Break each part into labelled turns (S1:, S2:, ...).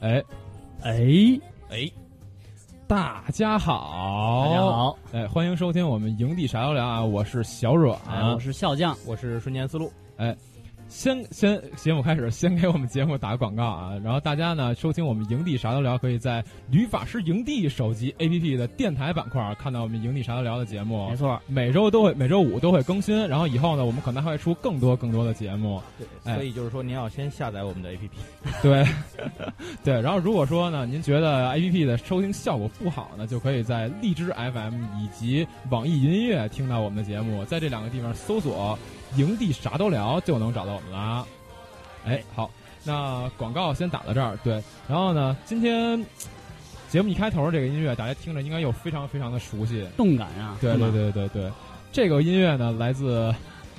S1: 哎，哎，
S2: 哎，
S1: 大家好，
S3: 大家，好，
S1: 哎，欢迎收听我们营地啥都聊啊，我是小阮，
S3: 哎，我是笑匠，
S2: 我是瞬间思路，
S1: 先先节目开始，先给我们节目打个广告啊！然后大家呢收听我们营地啥都聊，可以在旅法师营地手机 APP 的电台板块看到我们营地啥都聊的节目
S3: 没。错，
S1: 每周都会，每周五都会更新。然后以后呢，我们可能还会出更多更多的节目。
S2: 对，
S1: 哎
S2: 所以就是说您要先下载我们的 APP，
S1: 对，对。然后如果说呢，您觉得 A P P 的收听效果不好呢，就可以在荔枝 F M 以及网易音乐听到我们的节目，在这两个地方搜索“营地啥都聊”就能找到我们啦。哎，好，那广告先打到这儿。对，然后呢，今天节目一开头这个音乐，大家听着应该又非常非常的熟悉。
S3: 动感啊，
S1: 对
S3: 是吧
S1: 对，对对对，这个音乐呢来自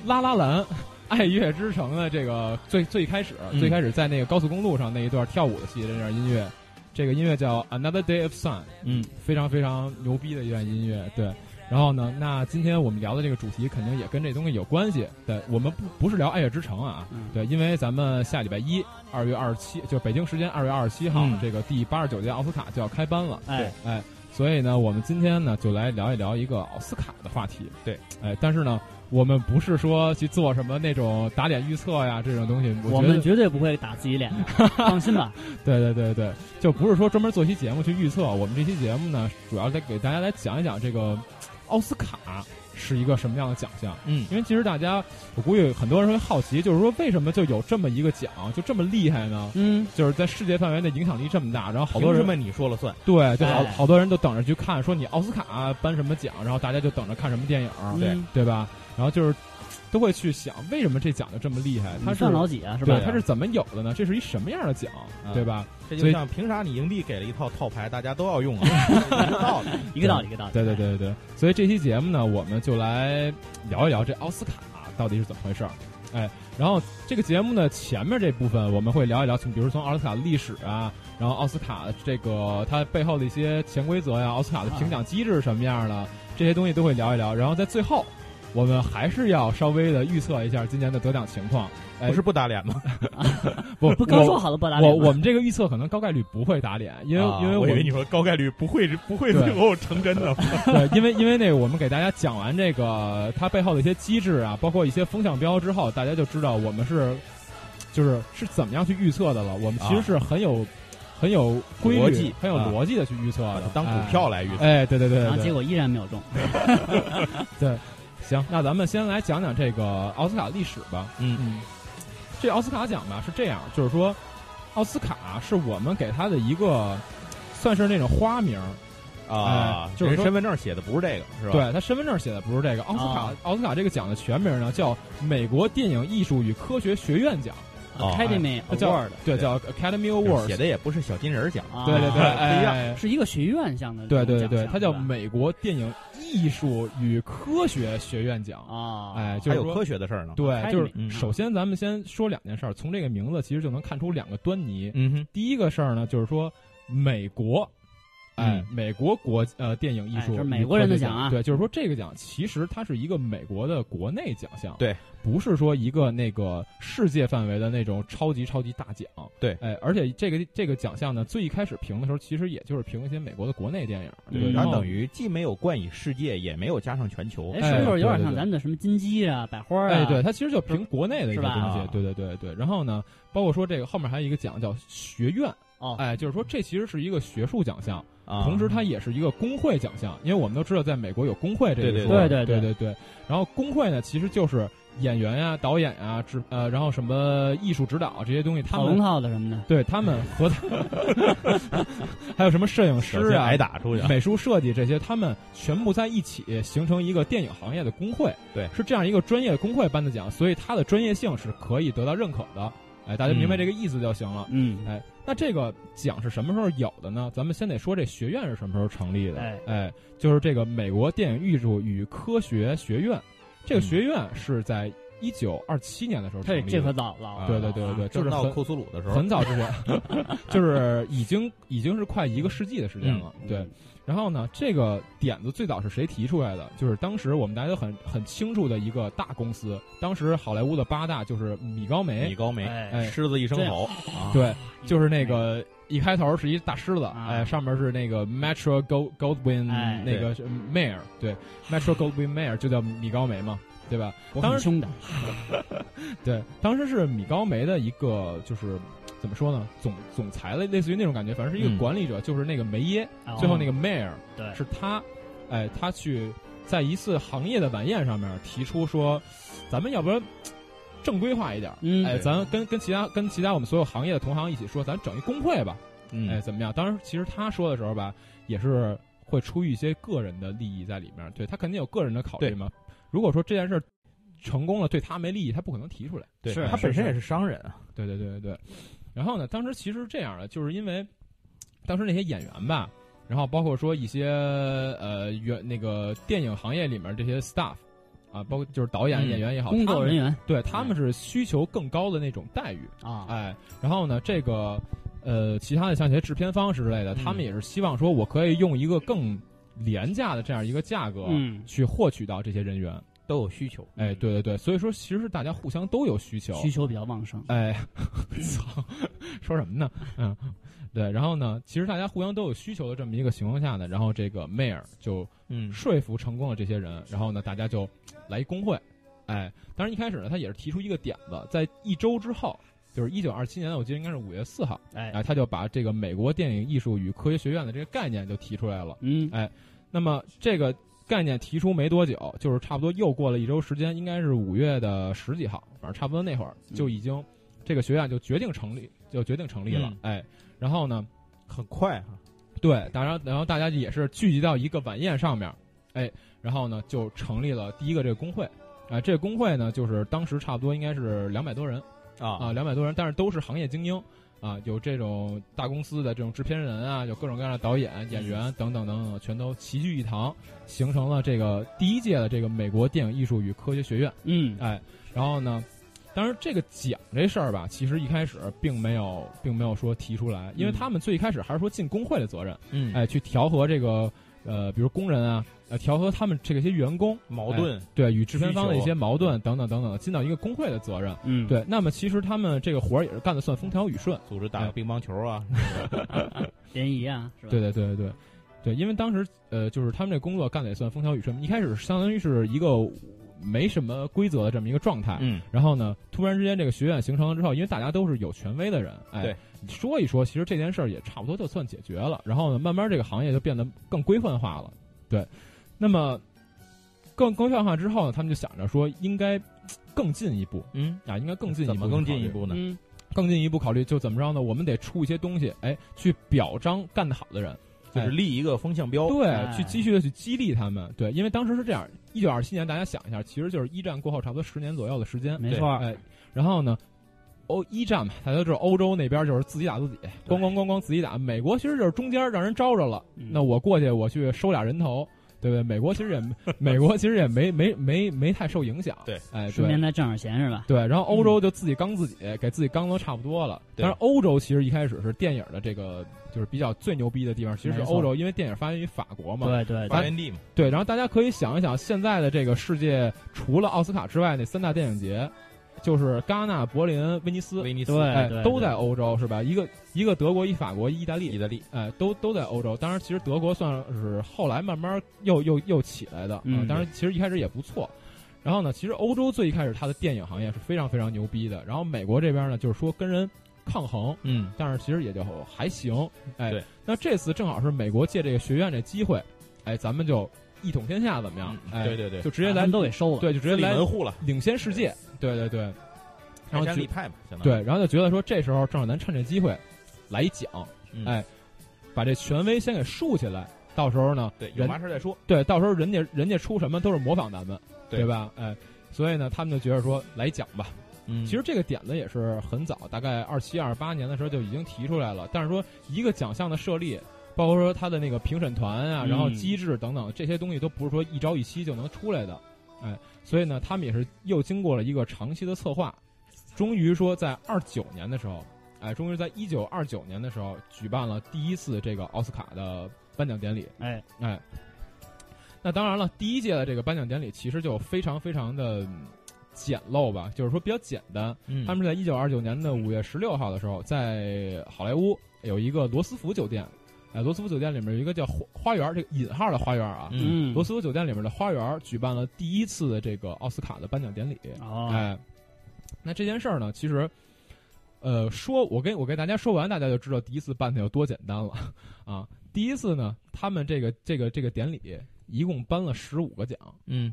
S1: 拉拉兰。 爱乐之城的这个最最开始，
S2: 嗯
S1: 最开始在那个高速公路上那一段跳舞的戏的那段音乐，这个音乐叫《Another Day of Sun》，
S2: 嗯，
S1: 非常非常牛逼的一段音乐。对，然后呢，那今天我们聊的这个主题肯定也跟这东西有关系。对，我们不不是聊爱乐之城啊，
S3: 嗯
S1: 对，因为咱们下礼拜一，二月二十七，就北京时间二月二十七号，
S2: 嗯
S1: 这个第八十九届奥斯卡就要开班了。
S3: 哎，
S1: 哎，所以呢，我们今天呢就来聊一聊一个奥斯卡的话题。
S2: 对，
S1: 哎，但是呢，我们不是说去做什么那种打脸预测呀这种东西。
S3: 我
S1: 觉得
S3: 们绝对不会打自己脸 的，放心吧，
S1: 对对对对，就不是说专门做一期节目去预测。我们这期节目呢，主要来给大家来讲一讲这个奥斯卡是一个什么样的奖项。
S2: 嗯，
S1: 因为其实大家，我估计很多人会好奇，就是说为什么就有这么一个奖，就这么厉害呢？
S3: 嗯，
S1: 就是在世界范围内影响力这么大，然后好多人
S2: 凭什么你说了算，
S1: 对，就好
S3: 哎
S1: 好多人都等着去看，说你奥斯卡颁什么奖，然后大家就等着看什么电影，
S2: 对
S3: 嗯
S1: 啊对吧？然后就是都会去想，为什么这奖就这么厉害？它
S3: 你
S1: 是
S3: 算老几啊，是吧
S1: 对，？嗯它是怎么有的呢？这是一什么样的奖，
S2: 啊
S1: 对吧？
S2: 这
S1: 所
S2: 就
S1: 以
S2: 像凭啥你营地给了一套套牌，大家都 要用啊，一个道理，
S3: 一个道理，一个道理，
S1: 对对，对对对。所以这期节目呢，我们就来聊一聊这奥斯卡到底是怎么回事儿。哎，然后这个节目呢，前面这部分我们会聊一聊，从比如从奥斯卡历史啊，然后奥斯卡这个它背后的一些潜规则呀，奥斯卡的评奖机制是什么样的，这些东西都会聊一聊。然后在最后，我们还是要稍微的预测一下今年的得奖情况。哎
S2: 不是不打脸吗？
S1: 不
S3: 不刚
S1: 我
S3: 说好了不打
S1: 我
S3: 脸吗
S1: 我们这个预测可能高概率不会打脸，因为、
S2: 啊
S1: 因为我
S2: 我以为
S1: 们
S2: 你说高概率不会不会
S1: 对啊
S2: 最后成真的，
S1: 对，因为因为那个我们给大家讲完这个它背后的一些机制啊，包括一些风向标之后，大家就知道我们是就是是怎么样去预测的了。我们其实是很有、很有规律、
S2: 啊逻辑
S1: 很有
S2: 啊
S1: 逻辑的去预测的，
S2: 当股票来预测，
S1: 哎。哎，对对对
S3: 然后
S1: 对
S3: 啊结
S1: 对，
S3: 果依然没有中，
S1: 行，那咱们先来讲讲这个奥斯卡历史吧。
S2: 嗯，
S1: 嗯，这奥斯卡奖吧是这样，就是说，奥斯卡是我们给他的一个算是那种花名儿，
S2: 啊
S1: 哎，就是
S2: 人
S1: 说
S2: 身份证写的不是这个，是吧？啊
S1: 对他身份证写的不是这个奥斯卡，
S3: 哦
S1: 奥斯卡这个奖的全名呢叫美国电影艺术与科学学院奖，
S2: 哦
S3: Academy
S1: 它叫
S3: Award
S1: 对
S2: 对
S1: 叫 Academy
S2: 就是写
S1: Award，
S2: 的也不是小金人儿奖，
S3: 啊，
S1: 对对对，
S2: 不一样
S1: 哎，
S3: 是一个学院项的这
S1: 对
S3: 种奖项，
S1: 对对，它叫
S3: 是吧
S1: 美国电影艺术与科学学院奖，
S3: 啊，
S1: 哎，就
S2: 还
S1: 是
S2: 有
S1: 说
S2: 科学的事儿呢。
S1: 对，就
S3: Academy，
S1: 是
S2: 嗯
S1: 首先咱们先说两件事儿，从这个名字其实就能看出两个端倪。
S2: 嗯哼，
S1: 第一个事儿呢，就是说美国。哎，美国国呃电影艺
S3: 嗯哎
S1: 术
S3: 这是
S1: 与
S3: 美国人的
S1: 科学
S3: 奖啊
S1: 对，就是说这个奖其实它是一个美国的国内奖项，
S2: 对，
S1: 不是说一个那个世界范围的那种超级超级大奖，
S2: 对
S1: 哎，而且这个这个奖项呢，最一开始评的时候，其实也就是评一些美国的国内电影，对，
S3: 嗯
S1: 然
S2: 它
S1: 后
S2: 等于既没有冠以世界，也没有加上全球啊
S3: 哎，，
S1: 哎
S3: 是不是有
S1: 对
S3: 点
S1: 对
S3: 像
S1: 对
S3: 咱们的什么金鸡啊、百花啊？
S1: 哎，对，，它其实就评国内的一
S3: 是
S1: 个
S3: 吧
S1: 东西
S2: 啊，
S1: 对对对对。然后呢，包括说这个后面还有一个奖叫学院，
S3: 哦
S1: 哎，就是说这其实是一个学术奖项，
S2: 啊
S1: 同时它也是一个工会奖项，因为我们都知道在美国有工会这一
S2: 对
S1: 说，对
S3: 对
S1: 对
S3: 对对
S1: 对然后工会呢，其实就是演员呀、导演呀、指呃，然后什么艺术指导这些东西，他
S3: 跑龙
S1: 们
S3: 套的什么的，
S1: 对他们和 还有什么摄影师
S2: 首先
S1: 啊、
S2: 挨打出去啊，
S1: 美术设计这些，他们全部在一起形成一个电影行业的工会，
S2: 对
S1: 是这样一个专业工会颁的奖，所以它的专业性是可以得到认可的。哎，大家明白
S2: 嗯
S1: 这个意思就行了。
S3: 嗯，
S1: 哎，那这个奖是什么时候有的呢？咱们先得说这学院是什么时候成立的。
S3: 哎
S1: 就是这个美国电影艺术与科学学院，这个
S2: 嗯
S1: 学院是在一九二七年的时候成立
S3: 对，
S1: 的。
S3: 这可早了，啊
S1: 对对对对对，
S2: 就
S1: 就是是
S2: 到
S1: 很
S2: 库苏鲁的时候，
S1: 很早之前， 就是已经已经是快一个世纪的时间了。对，
S3: 嗯，
S1: 然后呢，这个点子最早是谁提出来的？就是当时我们大家都很很清楚的一个大公司，当时好莱坞的八大就是米高梅
S2: 米，高梅，
S3: 哎，
S1: 哎，
S2: 狮子一声吼，啊
S1: 对，
S3: 嗯
S1: 就是那个一开头是一大狮子，哎，上面是那个 Metro Gold Goldwyn
S3: 啊哎
S1: 那个是 Mayer，对，Metro Goldwyn Mayer 就叫米高梅嘛，对吧？
S3: 我
S1: 当
S3: 很
S1: 时
S3: 凶哎的，
S1: 对，当时是米高梅的一个就是。怎么说呢？总总裁类类似于那种感觉，反正是一个
S2: 嗯
S1: 管理者，就是那个梅耶，
S3: 哦
S1: 最后那个 Mayer，
S3: 对
S1: 是他，哎，他去在一次行业的晚宴上面提出说，咱们要不然正规化一点儿，
S3: 嗯
S1: 哎，咱跟跟其他跟其他我们所有行业的同行一起说，咱整一工会吧，哎，
S2: 嗯，
S1: 怎么样？当然，其实他说的时候吧，也是会出于一些个人的利益在里面，对他肯定有个人的考虑
S2: 对
S1: 嘛。如果说这件事儿成功了，对他没利益，他不可能提出来。
S2: 对，
S3: 是
S2: 他本身也是商人啊，
S1: 对对对对对。然后呢，当时其实是这样的，就是因为当时那些演员吧，然后包括说一些呃原那个电影行业里面这些 staff 啊，包括就是导演、
S2: 嗯
S1: 演员也好，
S3: 哦工
S1: 他
S3: 作
S1: 们
S3: 人员
S1: 对他们是需求更高的那种待遇，
S3: 啊，
S1: 哎，然后呢，这个呃，其他的像一些制片方式之类的，
S2: 嗯
S1: 他们也是希望说我可以用一个更廉价的这样一个价格。
S3: 嗯，
S1: 去获取到这些人员，
S2: 都有需求，
S1: 哎，对对对，所以说其实是大家互相都有需求，
S3: 需求比较旺盛，
S1: 哎， 操，说什么呢？嗯，对。然后呢，其实大家互相都有需求的这么一个情况下呢，然后这个 mayor 就
S2: 嗯，
S1: 说服成功了这些人，然后呢，大家就来一工会。哎，当然一开始呢，他也是提出一个点子，在一周之后，就是一九二七年的，我记得应该是五月四号，
S3: 哎，
S1: 哎，他就把这个美国电影艺术与科学学院的这个概念就提出来了。
S3: 嗯，
S1: 那么这个概念提出没多久，就是差不多又过了一周时间，应该是五月的十几号，反正差不多那会儿
S3: 嗯
S1: 就已经、这个学院就决定成立，就决定成立了。
S2: 嗯
S1: 哎，然后呢，
S2: 很快哈，
S1: 对，当然然后大家也是聚集到一个晚宴上面，哎，然后呢就成立了第一个这个工会。啊、这个工会呢，就是当时差不多应该是两百多人啊，
S2: 啊，
S1: 两百多人，但是都是行业精英啊，有这种大公司的这种制片人啊，有各种各样的导演、演员等等等等，全都齐聚一堂，形成了这个第一届的这个美国电影艺术与科学学院。
S3: 嗯，
S1: 哎，然后呢，当然这个奖这事儿吧，其实一开始并没有，并没有说提出来，因为
S3: 嗯
S1: 他们最一开始还是说尽工会的责任，
S2: 嗯，
S1: 哎，去调和这个呃，比如工人啊，呃，调和他们这个些员工
S2: 矛盾，
S1: 对与制片方的一
S2: 需
S1: 些矛盾等等等等，尽到一个工会的责任。
S3: 嗯，，
S1: 对，那么其实他们这个活儿也是干得算风调雨顺。
S2: 组织打个
S1: 哎
S2: 乒乓球啊，
S3: 联谊啊，是吧？
S1: 对对对对对，对，因为当时呃，就是他们这工作干得也算风调雨顺。一开始相当于是一个没什么规则的这么一个状态，
S2: 嗯，
S1: 然后呢，突然之间这个学院形成了之后，因为大家都是有权威的人，哎，
S2: 对
S1: 说一说，其实这件事儿也差不多就算解决了。然后呢，慢慢这个行业就变得更规范化了，对。那么更规范化之后呢，他们就想着说应该嘖更进一步
S2: 嗯，
S1: 啊，应该更进一步
S2: 怎
S1: 去考
S2: 么
S1: 虑，
S2: 更进一步呢？
S3: 嗯，
S1: 更进一步考虑，就怎么着呢？我们得出一些东西，哎，去表彰干得好的人，
S2: 就是立一个风向标，
S1: 哎对，
S3: 哎
S1: 去继续的去激励他们。对，因为当时是这样，一九二七年，大家想一下，其实就是一战过后差不多十年左右的时间，
S3: 没错，
S1: 哎，然后呢，欧一战嘛，大家知道欧洲那边就是自己打自己，咣咣咣咣自己打。美国其实就是中间让人招着了，
S3: 嗯
S1: 那我过去我去收俩人头，对不对？美国其实 也美国其实也没没没没太受影响，
S2: 对，
S1: 哎
S3: 顺便嗯
S1: 对。
S3: 再挣点钱是吧？
S1: 对，然后欧洲就自己刚自己，给自己刚都差不多了。
S2: 对
S1: 但是欧洲其实一开始是电影的这个就是比较最牛逼的地方，其实是
S3: 没错
S1: 欧洲，因为电影发源于法国嘛。
S3: 对对
S2: 发
S3: 对，
S2: 源地嘛，
S1: 对，然后大家可以想一想，现在的这个世界除了奥斯卡之外，那三大电影节，就是戛纳、柏林、威尼斯，
S2: 威尼斯，嗯
S3: 对
S1: 哎，都在欧洲是吧？一个一个德国，一法国，一意大利，
S2: 意大利，
S1: 哎，都都在欧洲。当然，其实德国算是后来慢慢又又又起来的，
S3: 嗯
S1: 啊当然，其实一开始也不错。然后呢，其实欧洲最一开始它的电影行业是非常非常牛逼的。然后美国这边呢，就是说跟人抗衡，
S2: 嗯，
S1: 但是其实也就还行。哎，
S2: 对
S1: 那这次正好是美国借这个学院这机会，哎，咱们就一统天下怎么样？哎，
S2: 嗯对对对，
S1: 就直接
S3: 咱
S1: 来
S3: 们，都给收了，
S1: 对，就直接
S2: 自立
S1: 来
S2: 门户了，
S1: 领先世界。对对对，然
S2: 开
S1: 后
S2: 山
S1: 觉
S2: 立派嘛，相当于
S1: 对，，然后就觉得说这时候正好咱趁这机会来一讲，
S2: 嗯
S1: 哎把这权威先给竖起来。到时候呢，
S2: 对，有
S1: 人
S2: 嘛事儿再说，
S1: 对，到时候人家人家出什么都是模仿咱们，
S2: 对
S1: 对吧？哎，所以呢，他们就觉得说来讲吧。
S2: 嗯
S1: 其实这个点子也是很早，大概二七二八年的时候就已经提出来了。但是说一个奖项的设立，包括说它的那个评审团啊，
S3: 嗯
S1: 然后机制等等这些东西，都不是说一朝一夕就能出来的。哎所以呢，他们也是又经过了一个长期的策划，终于说在二九年的时候，哎，终于在一九二九年的时候举办了第一次这个奥斯卡的颁奖典礼。
S3: 哎，
S1: 哎，那当然了，第一届的这个颁奖典礼其实就非常非常的嗯简陋吧，就是说比较简单。
S2: 嗯
S1: 他们是在一九二九年的五月十六号的时候，在好莱坞有一个罗斯福酒店，哎，罗斯福酒店里面有一个叫花花园，这个引号的花园啊，
S2: 嗯
S1: 罗斯福酒店里面的花园举办了第一次的这个奥斯卡的颁奖典礼。
S3: 哦，
S1: 哎，那这件事儿呢，其实，呃，说我跟我给大家说完，大家就知道第一次办的有多简单了啊。第一次呢，他们这个这个这个典礼一共颁了十五个奖，
S2: 嗯，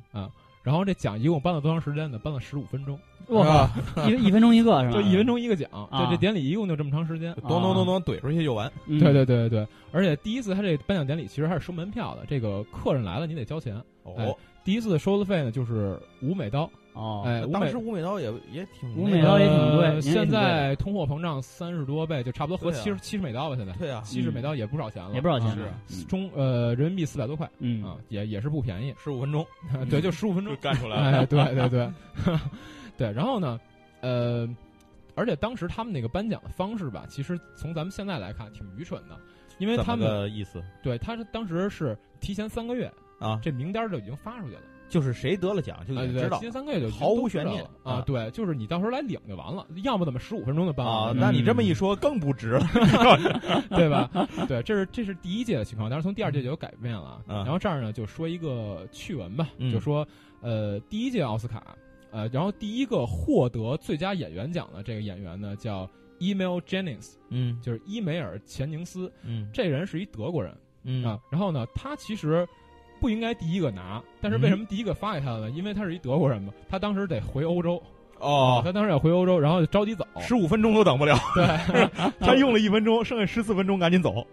S1: 然后这奖一共颁了多长时间呢？颁了十五分钟，
S3: 哇，
S2: 啊
S3: 一一分钟一个是吧？
S1: 就一分钟一个奖。 对，
S3: 啊
S1: 这典礼一共就这么长时间。
S2: 咚咚咚咚怼出去就完。
S3: 嗯，
S1: 对对对对对，而且第一次他这颁奖典礼其实还是收门票的，这个客人来了你得交钱。
S2: 哦，
S1: 第一次收的费呢就是五美刀，
S3: 哦，
S1: 哎，五
S2: 当
S1: 美
S2: 时五美刀也也挺
S3: 五
S2: 那
S3: 美
S2: 个
S3: 刀也挺贵
S1: 呃
S3: 也挺
S1: 现
S3: 贵
S1: 在通货膨胀三十多倍，就差不多合
S2: 对啊
S1: 七十七十美刀吧。现在
S2: 对啊，
S1: 七十美刀也不少钱了，
S3: 也不少钱
S1: 啊
S3: 了，嗯
S1: 中呃人民币四百多块
S3: 嗯
S1: 啊，也也是不便宜。
S2: 十五分钟
S1: 对，就十五分钟
S4: 就。干出来了。
S1: 哎，对对对， 对。然后呢，呃，而且当时他们那个颁奖的方式吧，其实从咱们现在来看挺愚蠢的，因为
S2: 怎
S1: 他
S2: 么
S1: 们
S2: 个意思
S1: 对他是当时是提前三个月，
S2: 啊？
S1: 这名单就已经发出去了，
S2: 就是谁得了奖就
S1: 哎
S2: 得
S1: 对
S2: 嗯知，道
S1: 提前三个月就已经
S2: 毫无
S1: 都知道
S2: 悬念
S1: 了啊
S2: 啊！
S1: 对，就是你到时候来领就完了，要么怎么十五分钟就办
S2: 啊
S1: 完。了，
S2: 那你
S3: 嗯
S2: 这么一说更不值了。
S1: 对吧？对，这是这是第一届的情况，但是从第二届就有改变了。
S2: 嗯
S1: 然后这儿呢，就说一个趣闻吧，
S2: 嗯
S1: 就说呃，第一届奥斯卡，呃，然后第一个获得最佳演员奖的这个演员呢叫 Email Jennings，
S2: 嗯
S1: 就是伊梅尔·钱宁斯，
S2: 嗯
S1: 这人是一德国人
S2: 嗯
S1: 啊。然后呢，他其实。不应该第一个拿，但
S2: 嗯
S1: 是为什么第一个发给他的呢？因为他是一德国人嘛，他当时得回欧洲，
S2: 哦，
S1: 他当时要回欧洲，然后就着 急走，
S2: 十五分钟都等不了，
S1: 对
S2: 他用了一分钟，剩下十四分钟赶紧走，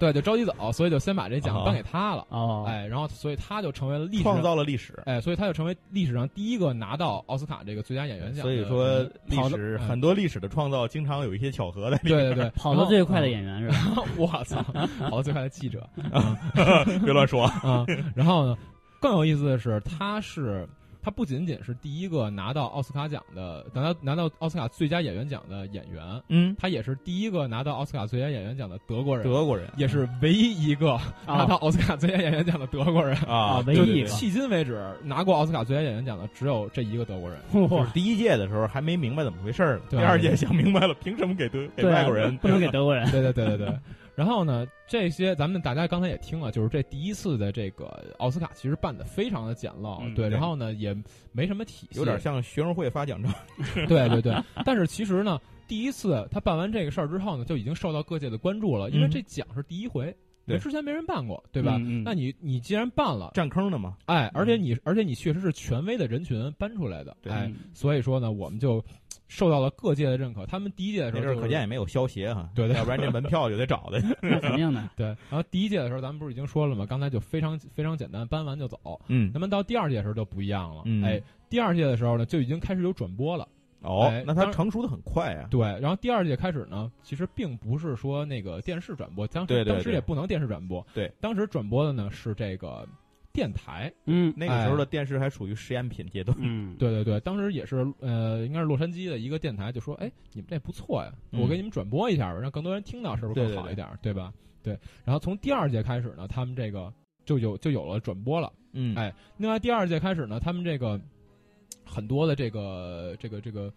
S1: 对，就着急走，所以就先把这奖颁给他了。
S3: 哦，
S1: 哎，然后所以他就成为了历史
S2: 啊 创
S1: 上，
S2: 造了历史。
S1: 哎，所以他就成为历史上第一个拿到奥斯卡这个最佳演员奖的。
S2: 所以说，历
S1: 跑得
S2: 史
S1: 哎
S2: 很多历史的创造，经常有一些巧合在里
S1: 对对对，
S3: 跑得最快的演员是 吧？
S1: 员，我操，跑得最快的记者
S2: 面， 别乱说 啊。
S1: 啊。然后呢，更有意思的是，他是他不仅仅是第一个拿到奥斯卡奖的，拿到拿到奥斯卡最佳演员奖的演员，
S2: 嗯，
S1: 他也是第一个拿到奥斯卡最佳演员奖的德国人，
S2: 德国人
S1: 也是唯一一个拿到
S3: 啊
S1: 奥斯卡最佳演员奖的德国人。
S2: 啊
S3: 啊，唯
S1: 就
S3: 一一个
S1: 迄今为止拿过奥斯卡最佳演员奖的只有这一个德国人。
S3: 哦
S2: 就是第一届的时候还没明白怎么回事儿呢，第
S1: 对
S2: 二届想明白了，凭什么给德给
S3: 对啊
S2: 外国人？
S3: 不 能给德国人，
S1: 对对对对对。然后呢，这些咱们大家刚才也听了，就是这第一次的这个奥斯卡其实办的非常的简陋，
S3: 嗯
S1: 对，
S2: 对
S1: 然后呢也没什么体系，
S2: 有 点像学生会发奖章。
S1: 对 对对。但是其实呢，第一次他办完这个事儿之后呢，就已经受到各界的关注了，因为
S2: 嗯
S1: 这奖是第一回，因为
S2: 对
S1: 之前没人办过，对吧？
S3: 嗯嗯
S1: 那你你既然办了，
S2: 占坑的嘛，
S1: 哎，而且你而且你确实是权威的人群搬出来的，
S2: 嗯对
S1: 哎，
S3: 嗯
S1: 所以说呢，我们就受到了各界的认可。他们第一届的时
S2: 那
S1: 候、就
S2: 阵
S1: 是，
S2: 儿可见也没有消协哈，
S1: 对对
S2: 要不然这门票就得找 的。
S3: 那肯定的，
S1: 对，然后第一届的时候，咱们不是已经说了吗？刚才就非常非常简单，搬完就走。
S2: 嗯
S1: 那，么到第二届的时候就不一样了，
S2: 嗯
S1: 哎，第二届的时候呢，就已经开始有转播了。
S2: 哦
S1: 哎，
S2: 那他
S1: 当
S2: 成熟的很快啊。
S1: 对，然后第二届开始呢，其实并不是说那个电视转播，当时
S2: 对对
S1: 当时
S2: 对
S1: 也不能电视转播，
S2: 对，
S1: 当时转播的呢是这个电台，
S3: 嗯
S2: 那个时候
S1: 哎
S2: 的电视还属于实验品阶段。
S3: 嗯，
S1: 对对对，当时也是呃，应该是洛杉矶的一个电台，就说，哎，你们这不错呀，
S2: 嗯
S1: 我给你们转播一下吧，让更多人听到，是不是
S2: 对
S1: 更
S2: 对
S1: 好一点儿，对吧？对，然后从第二届开始呢，他们这个就有就有了转播了。
S2: 嗯
S1: 哎另外，第二届开始呢，他们这个很多的这个这个这个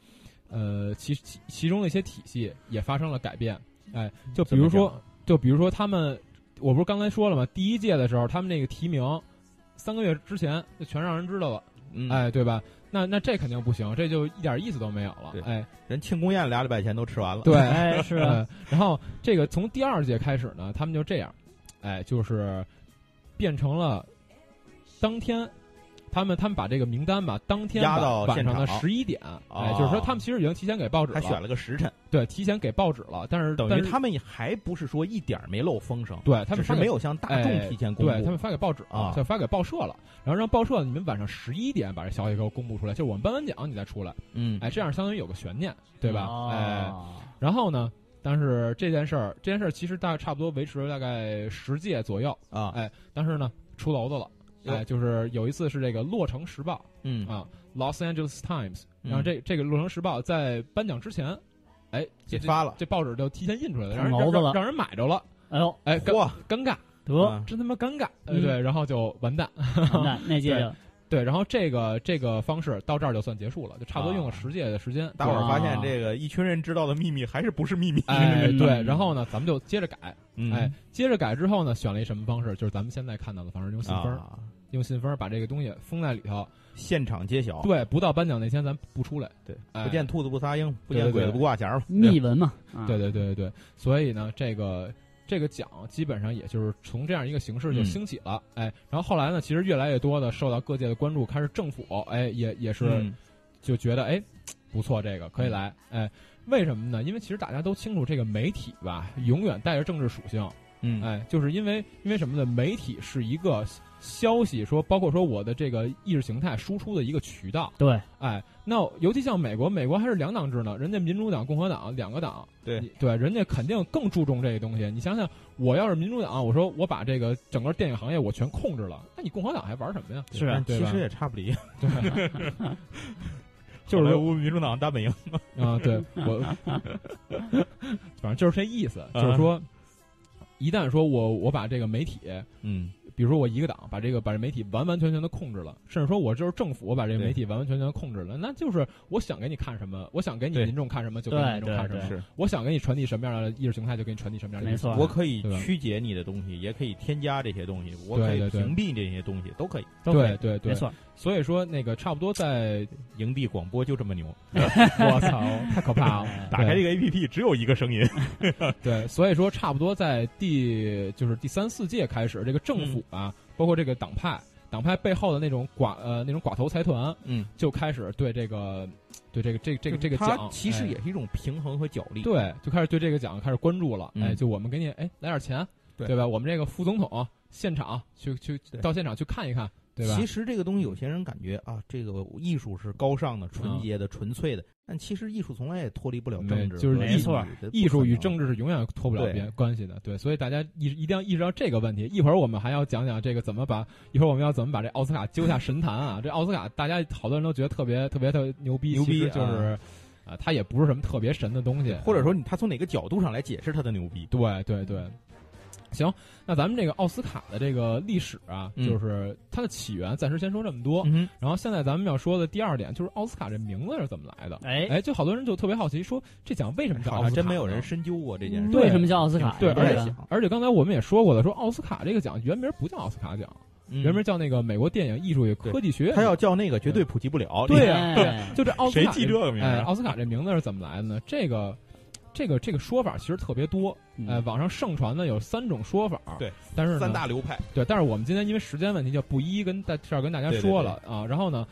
S1: 呃，其其其中的一些体系也发生了改变。哎，就比如说，就比如说他们，我不是刚才说了吗？第一届的时候，他们那个提名三个月之前就全让人知道了，
S2: 嗯，
S1: 哎，对吧？那那这肯定不行，这就一点意思都没有了
S2: 对。
S1: 哎，
S2: 人庆功宴俩礼拜前都吃完了。
S1: 对，
S3: 哎是 啊，
S1: 呃然后这个从第二届开始呢，他们就这样，哎，就是变成了当天，他们他们把这个名单吧，当天
S2: 压
S1: 晚
S2: 到
S1: 晚
S2: 现
S1: 上的
S2: 场
S1: 十一点，哎，
S2: 哦
S1: 就是说他们其实已经提前给报纸
S2: 还
S1: 了，
S2: 选了个时辰，
S1: 对，提前给报纸了，但是
S2: 等
S1: 但
S2: 于
S1: 是
S2: 他们还不是说一点儿没漏风声，
S1: 对他
S2: 只
S1: 们
S2: 是
S1: 发给
S2: 没有向大众提前公布。
S1: 对他们发给报纸了
S2: 啊
S1: 就发给报社了，然后让报社你们晚上十一点把这消息给我公布出来，就我们颁完奖你再出来，
S2: 嗯，
S1: 哎，这样相当于有个悬念，对吧？
S3: 哦
S1: 哎。然后呢，但是这件事儿，这件事儿其实大概差不多维持了大概十届左右，
S2: 啊
S1: 哎，但是呢，出篓子了，
S2: 哟
S1: 哎，就是有一次是这个《洛城时报
S2: 嗯》
S1: 啊，《Los Angeles Times》，然后
S2: 嗯
S1: 这这个《洛城时报》在颁奖之前，哎，这
S2: 也发了，
S1: 这报纸就提前印出来了，让人
S3: 捅娄子
S1: 让
S3: 了
S1: 让人买着了，
S3: 哎呦，
S1: 哎，尴
S2: 嚯，
S1: 尴尬，
S3: 得，
S2: 啊
S1: 真他妈尴尬，哎
S3: 嗯
S1: 对，然后就完蛋，
S3: 那那
S1: 嗯
S3: 届
S1: 对
S3: 就
S1: 对，然后这个这个方式到这儿就算结束了，就差不多用了
S2: 啊
S1: 十届的时间，
S2: 大伙儿
S1: 对
S2: 发现这个一群人知道的秘密还是不是秘密？
S1: 哎
S3: 嗯
S1: 对，然后呢，咱们就接着改，
S2: 嗯
S1: 哎，接着改之后呢，选了一什么方式，就是咱们现在看到的方式，用信封儿，
S2: 啊，
S1: 用信封儿把这个东西封在里头，
S2: 现场揭晓，
S1: 对，不到颁奖那天咱不出来，
S2: 对，
S1: 哎
S2: 不见兔子不撒鹰，不
S1: 对对
S2: 见鬼
S1: 对
S2: 子不挂弦嘛。
S3: 密文嘛，啊
S1: 对，对对对对，所以呢，这个这个奖基本上也就是从这样一个形式就
S2: 嗯
S1: 兴起了，哎，然后后来呢，其实越来越多的受到各界的关注，开始政府哎也也是
S2: 嗯
S1: 就觉得哎不错，这个可以来，哎，为什么呢？因为其实大家都清楚，这个媒体吧，永远带着政治属性，
S2: 嗯，
S1: 哎，就是因为因为什么呢？媒体是一个消息说，包括说我的这个意识形态输出的一个渠道，
S3: 对，
S1: 哎，那尤其像美国，美国还是两党制呢，人家民主党、共和党两个党，
S2: 对
S1: 你对，人家肯定更注重这个东西。你想想，我要是民主党，我说我把这个整个电影行业我全控制了，那你共和党还玩什么呀？
S3: 是啊
S2: 但
S1: 对
S2: 其
S1: 吧
S2: 实也差不离，
S1: 就是
S2: 好莱
S1: 说
S2: 坞民主党大本营。
S1: 啊，对我， 反正就是这意思，
S2: 啊
S1: 就是说，一旦说我我把这个媒体。
S2: 嗯，
S1: 比如说我一个党把这个把这媒体完完全全的控制了，甚至说我就是政府，我把这个
S2: 对
S1: 媒体完完全全的控制了，那就是我想给你看什么，我想给你
S2: 对
S1: 民众看什么就给你
S3: 对
S1: 民众看什
S3: 对
S1: 么，
S2: 是
S1: 我想给你传递什么样的意识形态就给你传递什么样的意识形态。
S3: 没错
S2: 我可以
S1: 对吧
S2: 曲解你的东西，也可以添加这些东西，我
S1: 对
S2: 可以
S1: 对对
S2: 屏蔽这些东西，都可以。
S3: 都可
S1: 对
S3: 以
S1: 对对，
S3: 没。错，
S1: 所以说那个差不多 在，
S2: 营地广播就这么牛，
S1: 我操， 太可怕了！
S2: 打开这个 APP 只有一个声音。
S1: 对，所以说差不多在第就是第三四届开始，这个
S3: 嗯
S1: 政府啊，包括这个党派，党派背后的那种寡呃那种寡头财团，
S2: 嗯，
S1: 就开始对这个对这个这个这个这个
S2: 它
S1: 奖，
S2: 其实
S1: 哎
S2: 也是一种平衡和角力。
S1: 对，就开始对这个奖开始关注了。
S2: 嗯
S1: 哎，就我们给你哎来点钱，
S2: 对
S1: 吧？我们这个副总统现场去去
S2: 对
S1: 到现场去看一看，对吧
S2: 其？实这个东西，有些人感觉啊，这个艺术是高尚的、纯洁的、纯粹的，但其实艺术从来也脱离不了政治
S1: 没
S2: 和，
S1: 嗯
S2: 啊
S1: 就是
S3: 没错
S1: 艺术与政
S2: 治
S1: 治是永远脱不了
S2: 对
S1: 边关系的，对，所以大家一一定要意识到这个问题。一会儿我们还要讲讲这个怎么把，一会儿我们要怎么把这奥斯卡揪下神坛啊！这奥斯卡大家好多人都觉得特别特别特别牛逼，
S2: 牛逼
S1: 其实就是啊，它也不是什么特别神的东西，
S2: 或者说你他从哪个角度上来解释他的牛逼。
S1: 对对对，行，那咱们这个奥斯卡的这个历史啊，
S2: 嗯
S1: 就是它的起源，暂时先说这么多。
S2: 嗯哼，
S1: 然后现在咱们要说的第二点就是奥斯卡这名字是怎么来的？
S3: 哎，
S1: 哎，就好多人就特别好奇，说这奖为什么叫
S2: 好
S1: 奥斯卡？
S2: 像啊真没有人。深究过这件事。
S1: 对
S3: 为什么叫奥斯卡呀？
S1: 对
S2: 而
S3: 这
S2: 且
S3: 个
S2: 想，
S1: 而且刚才我们也说过了，说奥斯卡这个奖原名不叫奥斯卡奖，
S2: 嗯
S1: 原名叫那个美国电影艺术与科技学院。
S2: 他要叫那个绝对普及不了。
S1: 对啊呀
S3: 哎
S1: 就这奥斯
S2: 谁
S1: 卡
S2: 记这个名儿
S1: 哎，
S2: 啊？
S1: 奥斯卡这名字是怎么来的呢？这个。这个这个说法其实特别多，哎，
S3: 嗯
S1: 网上盛传的有三种说法，
S2: 对，
S1: 但是呢
S2: 三大流派。
S1: 对，但是我们今天因为时间问题，就不一一跟大这儿跟大家说了啊。然后呢，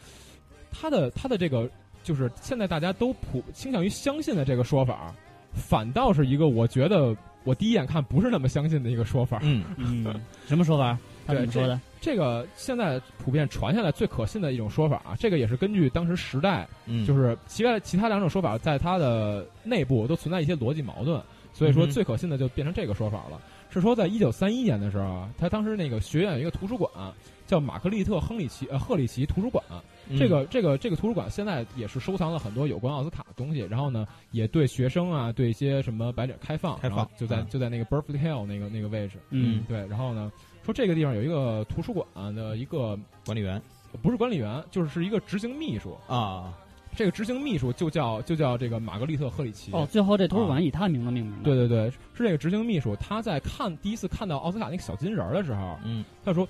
S1: 他的他的这个就是现在大家都普倾向于相信的这个说法，反倒是一个我觉得我第一眼看不是那么相信的一个说法。
S2: 嗯，
S3: 嗯，什么说法？他
S1: 对
S3: 怎么说的？
S1: 这个现在普遍传下来最可信的一种说法啊，这个也是根据当时时代，
S2: 嗯
S1: 就是其他其他两种说法在它的内部都存在一些逻辑矛盾，所以说
S2: 嗯哼
S1: 最可信的就变成这个说法了。是说，在一九三一年的时候啊，他当时那个学院有一个图书馆，叫马克利特·亨利奇呃赫里奇图书馆。
S2: 嗯
S1: 这个这个这个图书馆现在也是收藏了很多有关奥斯卡的东西，然后呢，也对学生啊，对一些什么白领开放，
S2: 开放
S1: 然后就在
S2: 嗯
S1: 就在那个 Berkeley Hill 那个那个位置。
S3: 嗯
S1: 对。然后呢，说这个地方有一个图书馆的一个
S2: 管理员
S1: 不是管理员，就是是一个执行秘书。
S2: 啊，
S1: 这个执行秘书就叫就叫这个玛格丽特·赫里奇。
S3: 哦，，最后这图书馆以他的名字命名的。
S1: 嗯啊对对对，是这个执行秘书，他在看第一次看到奥斯卡那个小金人儿的时候，
S2: 嗯，
S1: 他说：“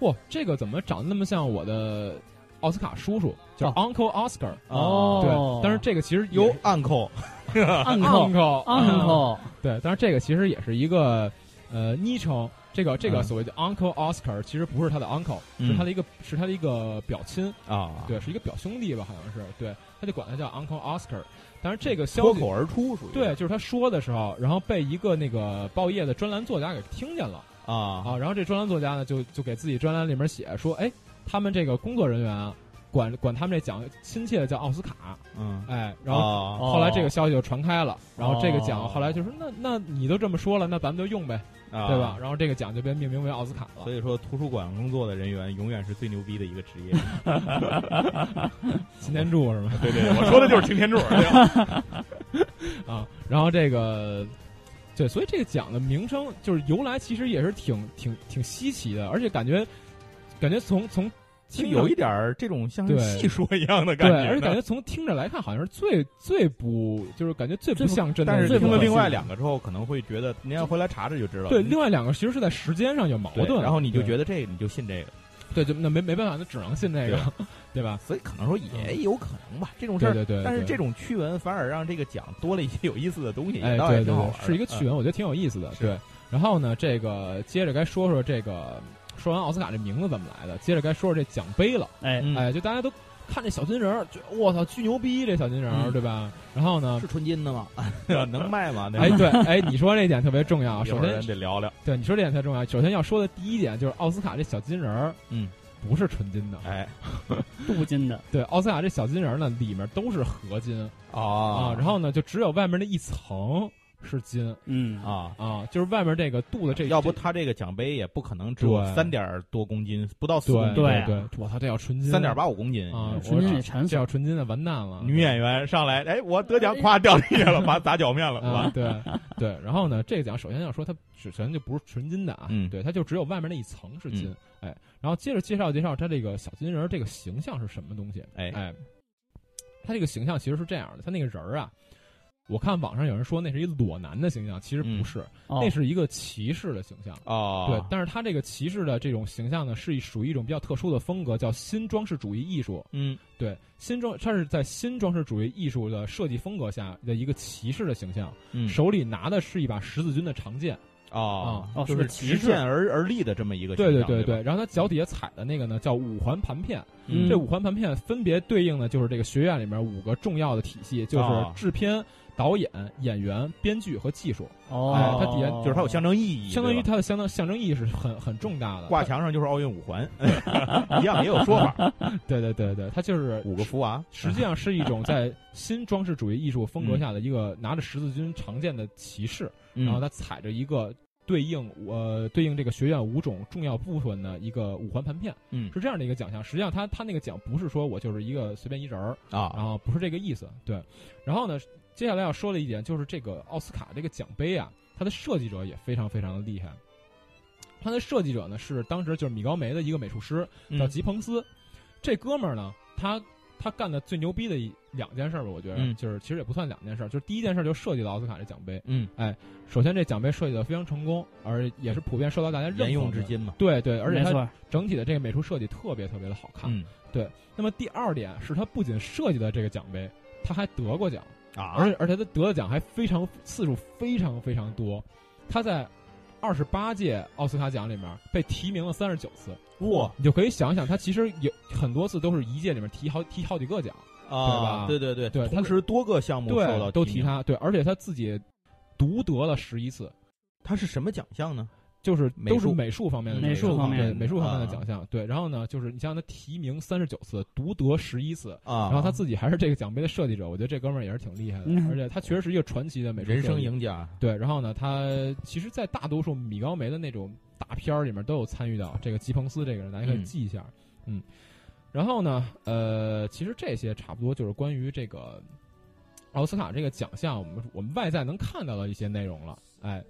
S1: 哇，这个怎么长得那么像我的奥斯卡叔叔，叫
S3: 哦
S1: Uncle Oscar？”、
S3: 哦
S1: 对，，但是这个其实
S2: 由
S1: 有
S2: uncle
S3: ，uncle
S1: Uncle 啊
S3: uncle，
S1: 对，但是这个其实也是一个呃昵称。这个这个
S2: 嗯
S1: 所谓的 Uncle Oscar 其实不是他的 uncle，、是
S2: 嗯
S1: 他的一个是他的一个表亲，
S2: 啊，
S1: 对，是一个表兄弟吧，好像是，对，他就管他叫 Uncle Oscar。但是
S3: 嗯
S1: 这个消
S2: 脱
S1: 息
S2: 口而出属于
S1: 对，就是他说的时候，然后被一个那个报业的专栏作家给听见了
S2: 啊
S1: 啊。然后这专栏作家呢，就就给自己专栏里面写说，哎，他们这个工作人员啊，管管他们这奖亲切的叫奥斯卡，
S2: 嗯，
S1: 哎，然后
S2: 哦
S1: 后来这个消息就传开了，然后这个
S2: 哦
S1: 奖后来就说那那你都这么说了，那咱们就用呗，
S2: 啊
S1: 对吧？？然后这个奖就被命名为奥斯卡了
S2: 所。以说，图书馆工作的人员永远是最牛逼的一个职 业。
S1: 擎天柱是吗？
S4: 对对，对我说的就是擎天柱。对 吧
S1: 啊，然后这个，对，所以这个奖的名称就是由来，其实也是挺挺挺稀奇的，而且感觉感觉从从
S2: 其
S1: 听
S2: 实
S1: 着
S2: 有一点儿这种像是
S1: 对
S2: 戏
S4: 一说一样的
S1: 对
S4: 感，觉
S1: 而且感
S4: 呢。
S1: 觉从听着来看，好像是最最不就是感觉最不
S3: 最不
S1: 像真的
S2: 但
S1: 人，
S2: 是听了
S3: 最
S2: 另
S3: 不
S2: 外两个之后，可能会觉得您要回来查查就知道了。
S1: 对另外两个其实是在时间上有矛
S2: 对
S1: 盾，
S2: 然后你就
S1: 对
S2: 觉得这个你就信这个，
S1: 对，就那没没办法，那只能信这个，对吧？嗯
S2: 所以可能说也有可能吧，这种事
S1: 对
S2: 儿。
S1: 对对，
S2: 但是
S1: 对
S2: 这种趣闻反而让这个奖多了一些有意思的东西，
S1: 哎，
S2: 倒也
S1: 对对
S2: 挺好
S1: 对
S2: 玩，的。
S1: 是一个趣
S2: 嗯
S1: 闻，我觉得挺有意思的。
S2: 是
S1: 对，然后呢，这个接着该说说这个，说完奥斯卡这名字怎么来的，接着该说说这奖杯了。
S3: 哎，
S2: 嗯
S1: 哎，就大家都看这小金人儿，就我操，巨牛逼这小金人儿，
S2: 嗯
S1: 对吧？然后呢
S2: 是，纯金的吗？ 能卖吗？那
S1: 哎，对，哎，你说这一点特别重要。
S2: 一会
S1: 首
S2: 儿咱
S1: 先，
S2: 得聊聊。
S1: 对你说这点特别重要。首先要说的第一点就是奥斯卡这小金人儿，
S2: 嗯，
S1: 不是纯金的。
S2: 哎，
S3: 镀金的，
S1: 对，奥斯卡这小金人儿呢，里面都是合金啊
S2: 哦，
S1: 然后呢，就只有外面那一层是金
S3: 嗯，
S2: 啊，
S1: 啊，就是外面这个镀的这
S2: 要不
S1: 这
S2: 他这个奖杯也不可能只有
S1: 对
S2: 三点多公斤，不到四公
S1: 对
S2: 斤，
S3: 对啊
S1: 对，我操，这要纯金，
S2: 三点八五公斤
S1: 啊，
S3: 瞬间
S1: 我
S3: 也馋死
S1: 这
S3: 了
S1: 要纯金的完蛋了。
S2: 女演员上来，哎，我得奖，夸掉地下了，把砸脚面 了，是
S1: 啊
S2: 吧？，
S1: 对对。然后呢，这个奖首先要说它首先就不是纯金的啊，
S2: 嗯
S1: 对，它就只有外面那一层是金。
S2: 嗯
S1: 哎，然后接着介绍介绍它这个小金人儿这个形象是什么东西？
S2: 哎
S1: 哎，它这个形象其实是这样的，它那个人儿啊。我看网上有人说那是一裸男的形象，其实不是，
S3: 哦
S1: 那是一个骑士的形象。
S2: 嗯哦，
S1: 对，但是他这个骑士的这种形象呢，是一属于一种比较特殊的风格，叫新装饰主义艺术。
S2: 嗯，
S1: 对，新装它是在新装饰主义艺术的设计风格下的一个骑士的形象。
S2: 嗯
S1: 手里拿的是一把十字军的长剑，啊
S2: 哦
S3: 哦
S2: 就是是
S3: 个骑
S2: 直
S3: 士
S2: 线而而立的这么一个形
S1: 对
S2: 象，
S1: 对
S2: 对
S1: 对对。然后他脚底下踩的那个呢，叫五环盘片。
S3: 嗯
S1: 这五环盘片分别对应的就是这个学院里面五个重要的体系，就是
S2: 哦
S1: 制片、导演、演员、编剧和技术。
S3: 哦
S1: 哎，它底下
S2: 吧，就是它有象征意义，
S1: 哦相当于
S2: 对吧
S1: 它的相当象征意义是很很重大的。
S2: 挂墙上就是奥运五 环，一样也有说法，
S1: 对对对对，它就是
S2: 五 个。福啊娃，
S1: 实际上是一 种在新装饰主义艺术风
S2: 嗯
S1: 格下的一个拿着十字军长剑的骑士，
S2: 然
S1: 然后他踩着一个对应呃对应这个学院五种重要部分的一个五环盘片，
S2: 嗯
S1: 是这样的一个奖项。实际上他他那个奖不是说我就是一个随便一人儿，
S2: 啊，
S1: 然后不是这个意思。对，然后呢，接下来要说的一点就是这个奥斯卡这个奖杯啊，它的设计者也非常非常的厉害。它的设计者呢是当时就是米高梅的一个美术师，叫
S2: 嗯
S1: 吉彭斯。这哥们儿呢，他他干的最牛逼的一两件事儿吧，我觉得、
S2: 嗯
S1: 就是其实也不算两件事儿，就是第一件事儿就设计了奥斯卡这奖杯。
S2: 嗯，
S1: 首先，这奖杯设计的非常成功，而也是普遍受到大家认可的
S2: 沿用至。今嘛，
S1: 对对，而且
S3: 没
S1: 它
S3: 错，
S1: 整体的这个美术设计特别特别的好看。
S2: 嗯
S1: 那么第二点是，他不仅设计了这个奖杯，他还得过奖，
S2: 啊
S1: 而，且而且他得的奖还非常次数非常非常多。他在二十八届奥斯卡奖里面被提名了三十九次，
S2: 哇
S1: 你就可以想想，他其实有很多次都是一届里面提好提好几个奖，吧
S2: 啊，对对对
S1: 对它
S2: 同时多个项目受
S1: 对，
S2: 到
S1: 都提
S2: 名，
S1: 他，对，而且他自己独得了十一次，
S2: 它是什么奖项呢？
S1: 就是
S2: 美
S1: 都是
S2: 术
S1: 美术方面的
S3: 美术方面
S1: 对
S3: 的
S1: 美术方面的
S2: 啊
S1: 奖项。对，然后呢，就是你像他提名三十九次，独得十一次，
S2: 啊，
S1: 然后他自己还是这个奖杯的设计者，我觉得这哥们儿也是挺厉害的
S3: 嗯，
S1: 而且他确实是一个传奇的美术
S2: 人
S1: 设计
S2: 生。赢家，
S1: 对，然后呢，他其实，在大多数米高梅的那种大片儿里面都有参与到这个吉彭斯这个人，大家可以
S2: 嗯
S1: 记一下。嗯，然后呢，呃，其实这些差不多就是关于这个奥斯卡这个奖项，我们我们外在能看到的一些内容了。哎，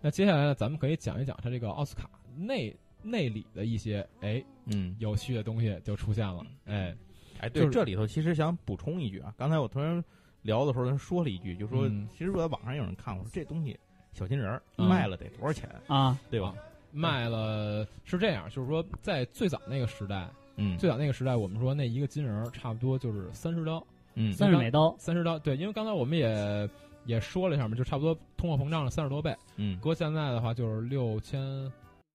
S1: 那接下来呢，咱们可以讲一讲它这个奥斯卡内内里的一些哎
S2: 嗯，
S1: 有趣的东西就出现了。哎，
S2: 哎，
S1: 就
S2: 对，
S1: 是
S2: 这里头其实想补充一句啊，刚才我突然聊的时候，他说了一句，就说
S1: 嗯
S2: 其实我在网上有人看过，这东西小金人儿
S1: 嗯
S2: 卖了得多少钱，
S3: 啊，
S2: 对吧？
S1: 卖了是这样，就是说在最早那个时代，
S2: 嗯，
S1: 最早那个时代，我们说那一个金人儿差不多就是三十刀，
S2: 嗯
S3: 三十美刀，
S1: 三十刀。对，因为刚才我们也也说了一下嘛，就差不多通货膨胀了三十多倍，
S2: 嗯
S1: 搁现在的话就是六千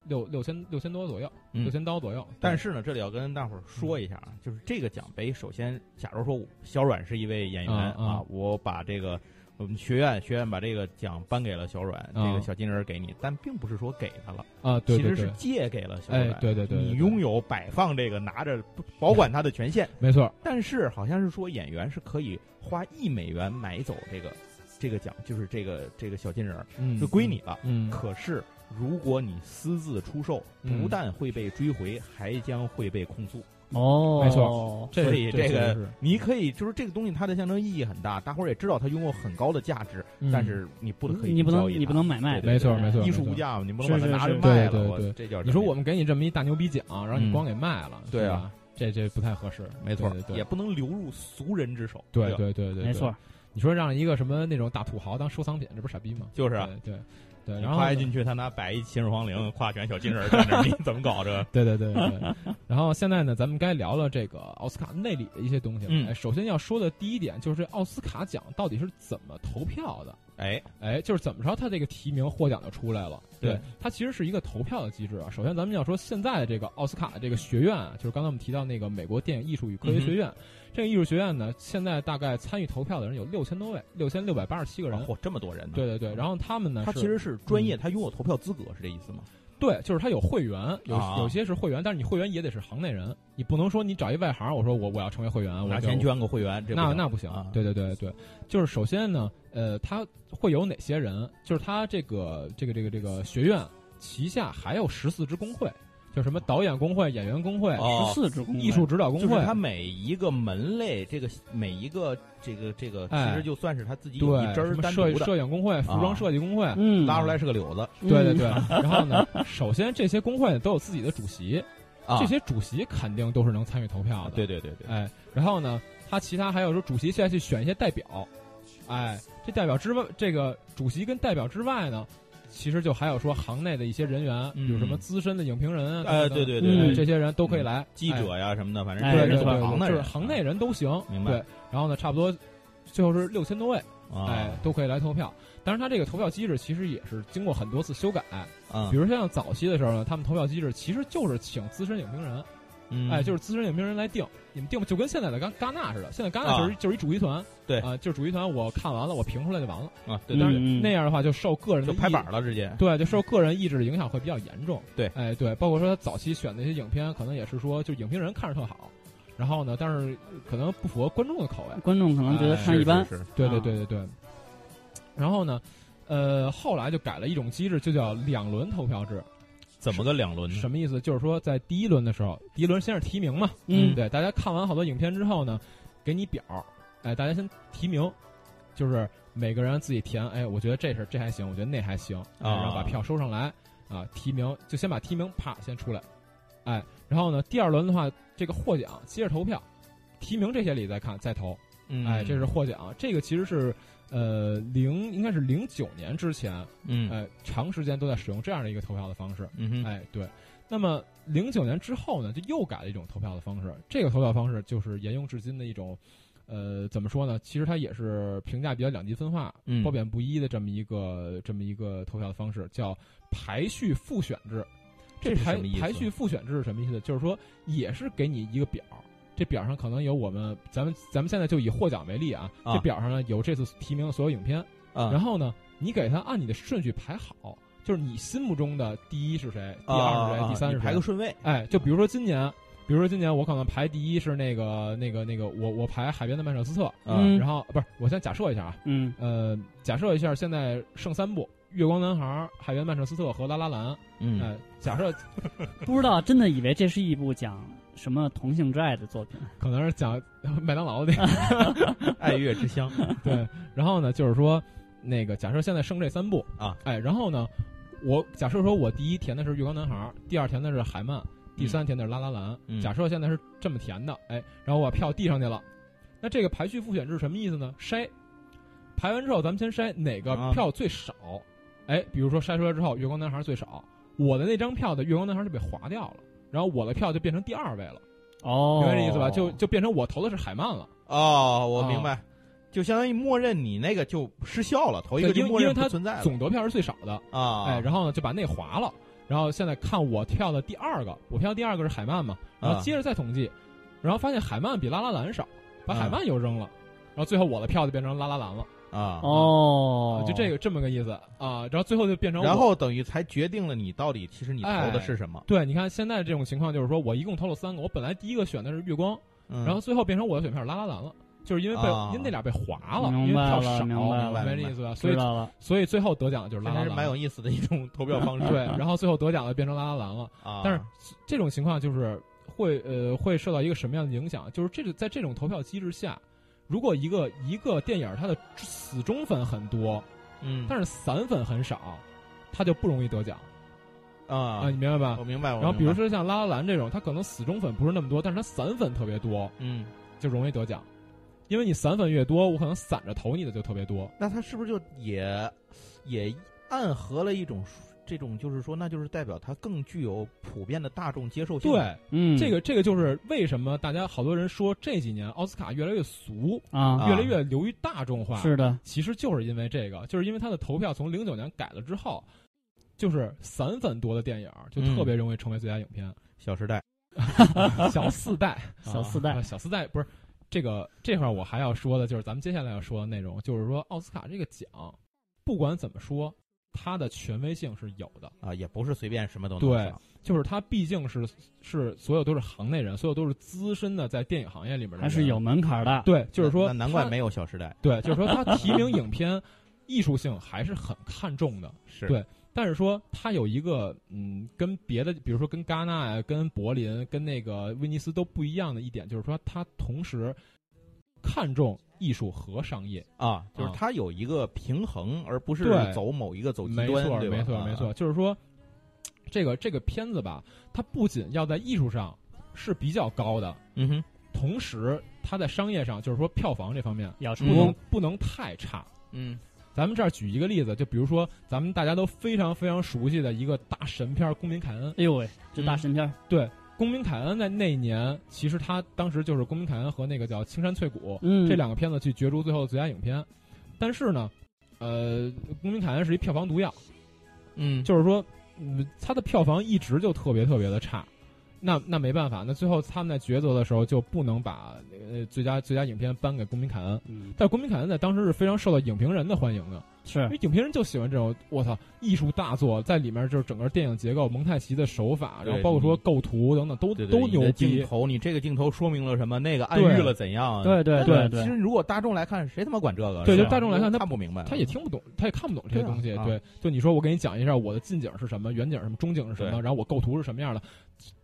S1: 六六千六千多左右，
S2: 嗯
S1: 六。千刀左右。
S2: 但是呢，这里要跟大伙儿
S1: 嗯
S2: 说一下啊，就是这个奖杯，首先，假如说我小阮是一位演员
S1: 嗯嗯
S2: 啊，我把这个我们学院学院把这个奖颁给了小阮，这
S1: 啊
S2: 个小金人儿给你，但并不是说给他了，
S1: 啊，对对
S2: 其实
S1: 对
S2: 是，借给了小
S1: 哎
S2: 阮。，
S1: 对对对，
S2: 你
S1: 对
S2: 拥有摆放这个拿着保管它的权限，
S1: 没错，
S2: 但是好像是说演员是可以花一美元买走这个这个奖，就是这个这个小金人儿
S1: 嗯，
S2: 就归你了。
S1: 嗯，
S2: 可是如果你私自出售，
S1: 嗯
S2: 不但会被追回，还将会被控诉。
S3: 哦，
S1: 没错，这
S2: 所以
S1: 这
S2: 这个
S1: 是
S2: 你可以就是这个东西，它的象征意义很大，大伙儿也知道它拥有很高的价值，
S1: 嗯
S2: 但是你不可以
S3: 你不
S2: 交
S3: 能
S2: 易它
S3: 你不能买卖，
S2: 对
S1: 没错没错
S2: 艺术无价嘛，你不能把它
S3: 是是
S2: 拿着
S3: 是
S2: 卖了，
S1: 对对
S2: 我
S1: 对
S2: 这叫
S1: 你说我们给你这么一大牛逼奖，然后你
S2: 嗯
S1: 光给卖了，
S2: 对
S1: 是
S2: 啊
S1: 吧，这这不太合适，
S2: 没错
S1: 对，对
S2: 也不能流入俗人之手，
S1: 对
S2: 吧，
S1: 对对对，
S3: 没错，
S1: 你说让一个什么那种大土豪当收藏品，这不是傻逼吗？
S2: 就是啊。
S1: 对对对，
S2: 你
S1: 然后
S2: 夸一
S1: 呢
S2: 进去，他拿摆一秦始皇陵，夸卷小金人 儿在那儿，你怎么搞这？
S1: 对对对对 对。然后现在呢，咱们该聊聊这个奥斯卡内里的一些东西了。
S2: 嗯
S1: 哎首先要说的第一点就是这奥斯卡奖到底是怎么投票的？
S2: 哎，
S1: 哎，就是怎么着，它这个提名获奖就出来了。
S2: 对
S1: 它其实是一个投票的机制啊。首先，咱们要说现在的这个奥斯卡的这个学院啊，就是刚才我们提到那个美国电影艺术与科学学院，
S2: 嗯
S1: 这个艺术学院呢，现在大概参与投票的人有六千多位，六千六百八十七个人。
S2: 嚯，这么多人呢！
S1: 对，对对，然后他们呢，
S2: 他
S1: 是
S2: 其实是专业，他拥有投票资格，是这意思吗？
S1: 对，就是他有会员，有、
S2: 啊
S1: 有些是会员，但是你会员也得是行内人，你不能说你找一外行，我说我我要成为会员，啊我
S2: 拿
S1: 就
S2: 钱捐个会员，这
S1: 那
S2: 行
S1: 那不行
S2: 啊。
S1: 对对对对，就是首先呢，呃，他会有哪些人？就是他这个这个这个这个学院旗下还有十四支工会，就什么导演工会、演员工会、
S2: 哦
S3: 十，四支公
S1: 艺术指导工
S2: 就
S1: 会，
S2: 是它每一个门类，这个每一个这个这个，
S1: 哎
S2: 其实就算是他自己有
S1: 对
S2: 一支
S1: 什
S2: 儿
S1: 么
S2: 单
S1: 摄
S2: 独的，
S1: 摄影工会、服装
S2: 啊
S1: 设计工会，
S3: 嗯，
S2: 拉出来是个柳子
S3: 嗯，
S1: 对对对。然后呢，首先这些工会呢都有自己的主席，
S2: 啊
S1: 这些主席肯定都是能参与投票的。
S2: 对对对对，
S1: 哎，然后呢，他其他还有说主席现在去选一些代表，哎，这代表之外，这个主席跟代表之外呢，其实就还有说行内的一些人员，比如什么
S2: 嗯
S1: 资深的影评人啊，
S2: 呃，
S1: 等等
S2: 对对
S1: 哎
S2: 对，
S3: 嗯
S1: 这
S2: 对
S1: 些人都可以来，
S2: 记
S1: 哎
S2: 者呀什么的，反正
S3: 哎
S1: 对
S2: 这
S1: 对
S2: 是
S1: 对，
S2: 各行的
S1: 就是
S2: 人，哎
S1: 行内人都行，
S2: 明白
S1: 对，然后呢，差不多最后是六千多位，
S2: 啊，
S1: 哎，都可以来投票。当然，他这个投票机制其实也是经过很多次修改，
S2: 啊
S1: 比，如像早期的时候呢，他们投票机制其实就是请资深影评人。
S2: 嗯
S1: 哎，就是资深影评人来定，你们定吧，就跟现在的戛戛纳似的。现在戛纳就是一就是一主题团，
S2: 啊对
S1: 啊，就是主题团，我看完了，我评出来就完了。
S2: 啊，
S3: 嗯，
S2: 对对，
S3: 嗯
S1: 那样的话，就受个人
S2: 就
S1: 的
S2: 拍
S1: 意
S2: 板，了，直接
S1: 对，就受个人意志的影响会比较严重。
S2: 对
S1: 哎，对，包括说他早期选的一些影片，可能也是说，就影评人看着特好，然后呢，但是可能不符合观众的口
S2: 啊
S1: 味。
S3: 观众可
S1: 嗯
S3: 能觉得看一般，
S2: 是是是
S1: 对
S3: 啊
S1: 对对对对。然后呢，呃，后来就改了一种机制，就叫两轮投票制。
S2: 怎么个两轮呢？
S1: 什么意思？就是说，在第一轮的时候，第一轮先是提名嘛，
S3: 嗯
S1: 对，大家看完好多影片之后呢，给你表儿，哎，大家先提名，就是每个人自己填，哎，我觉得这是这还行，我觉得那还行，哎
S2: 啊
S1: 然后把票收上来，啊，提名就先把提名啪先出来，哎，然后呢，第二轮的话，这个获奖接着投票，提名这些里再看再投，
S2: 嗯
S1: 哎，这是获奖，这个其实是。呃，零应该是零九年之前，
S2: 嗯
S1: 哎，长时间都在使用这样的一个投票的方式。
S2: 嗯哼
S1: 哎，对。那么零九年之后呢，就又改了一种投票的方式。这个投票方式就是沿用至今的一种，呃，怎么说呢？其实它也是评价比较两极分化、
S2: 嗯
S1: 褒贬不一的这么一个这么一个投票的方式，叫排序复选制。这
S2: 这是
S1: 排
S2: 什么意思
S1: 排序复选制是什么意思？就是说，也是给你一个表。这表上可能有我们，咱们咱们现在就以获奖为例啊，
S2: 啊
S1: 这表上呢有这次提名的所有影片，
S2: 啊，
S1: 然后呢，你给他按你的顺序排好，就是你心目中的第一是谁，第二
S2: 啊
S1: 是谁，
S2: 啊
S1: 第三是
S2: 你
S1: 谁
S2: 排个。顺位，
S1: 哎，就比如说今年，比如说今年我可能排第一是那个那个那个，我我排《海边的曼彻斯特》，
S2: 啊
S3: 嗯
S1: 啊然后不是，我先假设一下啊，
S3: 嗯
S1: 呃，假设一下现在剩三部。《月光男孩》《海边的曼彻斯特》和《拉拉兰》，
S2: 嗯
S1: 哎，假设
S3: 不知道，真的以为这是一部讲什么同性之爱的作品，
S1: 可能是讲麦当劳的那个，
S2: 爱乐之乡
S1: 对。然后呢，就是说，那个假设现在剩这三部，
S2: 啊，
S1: 哎，然后呢，我假设说我第一填的是《月光男孩》，第二填的是《海曼》，第三填的是《拉拉兰》
S2: 嗯
S1: 假设现在是这么填的，哎，然后我把票递上去了，那这个排序复选制什么意思呢？筛，排完之后咱们先筛哪个
S2: 啊
S1: 票最少，哎，比如说筛出来之后，《月光男孩》最少，我的那张票的《月光男孩》就被划掉了，然后我的票就变成第二位了，
S3: 哦，
S1: 明白这意思吧？就就变成我投的是海曼了，
S2: 哦，我明
S1: 啊
S2: 白，就相当于默认你那个就失效了，头一
S1: 对
S2: 个就
S1: 因为
S2: 默
S1: 因为
S2: 认不
S1: 它
S2: 存在了
S1: 总得票是最少的，
S2: 啊，
S1: 哎，然后呢就把那划了，然后现在看我跳的第二个，我跳第二个是海曼嘛，然后
S2: 啊
S1: 接着再统计，然后发现海曼比拉拉兰少，把海曼又扔了，然后最后我的票就变成拉拉兰了，
S2: 啊。
S3: 哦，
S1: 就这个这么个意思啊。然后最后就变成我
S2: 然后等于才决定了你到底其实你投的是什么。
S1: 对，你看现在这种情况就是说我一共投了三个，我本来第一个选的是月光，
S2: 嗯
S1: 然后最后变成我的选票拉拉篮了。就是因为被、
S2: 啊
S1: 因为那俩被划了，因为
S3: 明白
S1: 票
S3: 了
S1: 少，
S3: 明白了
S1: 白这意思吧？所以
S3: 知道了，
S1: 所以最后得奖的就是
S2: 这
S1: 拉
S2: 还
S1: 拉
S2: 是
S1: 篮，
S2: 蛮有意思的一种投票方式。
S1: 对，然后最后得奖的变成拉拉篮了。
S2: 啊，
S1: 但是这种情况就是会呃会受到一个什么样的影响？就是这个在这种投票机制下，如果一个一个电影它的死忠粉很多，
S2: 嗯，
S1: 但是散粉很少，它就不容易得奖
S2: 是啊
S1: 啊，你明白吧
S2: 我？明白。我
S1: 然后比如
S2: 明白，
S1: 说像拉拉兰这种，它可能死忠粉不是那么多，但是它散粉特别多，
S2: 嗯，
S1: 就容易得奖。因为你散粉越多，我可能散着投你的就特别多。
S2: 那他是不是就也也暗合了一种这种，就是说，那就是代表它更具有普遍的大众接受性。
S1: 对，
S3: 嗯，
S1: 这个这个就是为什么大家好多人说这几年奥斯卡越来越俗，
S3: 啊
S2: 啊，
S1: 越来越流于大众化。
S3: 是的，
S1: 其实就是因为这个，就是因为它的投票从零九年改了之后，就是散粉多的电影就特别容易成为最佳影片。
S2: 小时代》
S1: 小四代，
S3: 小四代
S1: 啊，小四代不是这个这块儿我还要说的就是咱们接下来要说的内容，就是说奥斯卡这个奖，不管怎么说，它的权威性是有的，
S2: 啊，也不是随便什么都能上。
S1: 就是它毕竟是是所有都是行内人，所有都是资深的在电影行业里面的人
S3: 还是有门槛的。
S1: 对，就是说
S2: 那难怪
S1: 它
S2: 没有《小时代》
S1: 对，就是说它提名影片艺术性还是很看重的。
S2: 是
S1: 对但是说它有一个嗯，跟别的，比如说跟戛纳呀、跟柏林、跟那个威尼斯都不一样的一点，就是说它同时看重艺术和商业。
S2: 啊，就是
S1: 啊
S2: 它有一个平衡，而不是
S1: 对
S2: 走某一个走极
S1: 没
S2: 端，
S1: 错，
S2: 对吧
S1: 没错，没。
S2: 啊
S1: 错，就是说这个这个片子吧，它不仅要在艺术上是比较高的，
S2: 嗯哼，
S1: 同时它在商业上，就是说票房这方面
S3: 要成
S1: 不
S3: 功
S1: 能，不能太差。
S2: 嗯
S1: 咱们这儿举一个例子，就比如说咱们大家都非常非常熟悉的一个大神片儿《公民凯恩》。
S3: 哎呦喂，这
S1: 嗯
S3: 大神片儿
S1: 《公民凯恩》在那一年，其实他当时就是《公民凯恩》和那个叫《青山翠谷》
S3: 嗯，
S1: 这两个片子去角逐最后的最佳影片。但是呢，呃，《公民凯恩》是一票房毒药，
S2: 嗯，
S1: 就是说，嗯，它的票房一直就特别特别的差。那那没办法，那最后他们在抉择的时候就不能把呃最佳最佳影片颁给《公民凯恩》，
S3: 嗯
S1: 但《公民凯恩》在当时是非常受到影评人的欢迎
S2: 嗯
S1: 的。因
S3: 是
S1: 为影评人就喜欢这种，我操，艺术大作在里面就是整个电影结构、蒙太奇的手法，
S2: 对
S1: 然后包括说构图等等，都
S2: 对对
S1: 都
S2: 你的
S1: 牛逼
S2: 镜。头，你这个镜头说明了什么？那个暗
S1: 对
S2: 喻了怎样？
S3: 对对
S2: 对
S3: 对
S2: 其实如果大众来看，谁他妈管这个？
S1: 对
S2: 啊是
S1: 就
S2: 吧
S1: 大众来看他
S2: 看不明白，
S1: 他也听不懂，他也看不懂这些东西。
S2: 对啊啊
S1: 对，就你说我给你讲一下我的近景是什么，远景是什么，中景是什么，
S2: 对
S1: 然后我构图是什么样的，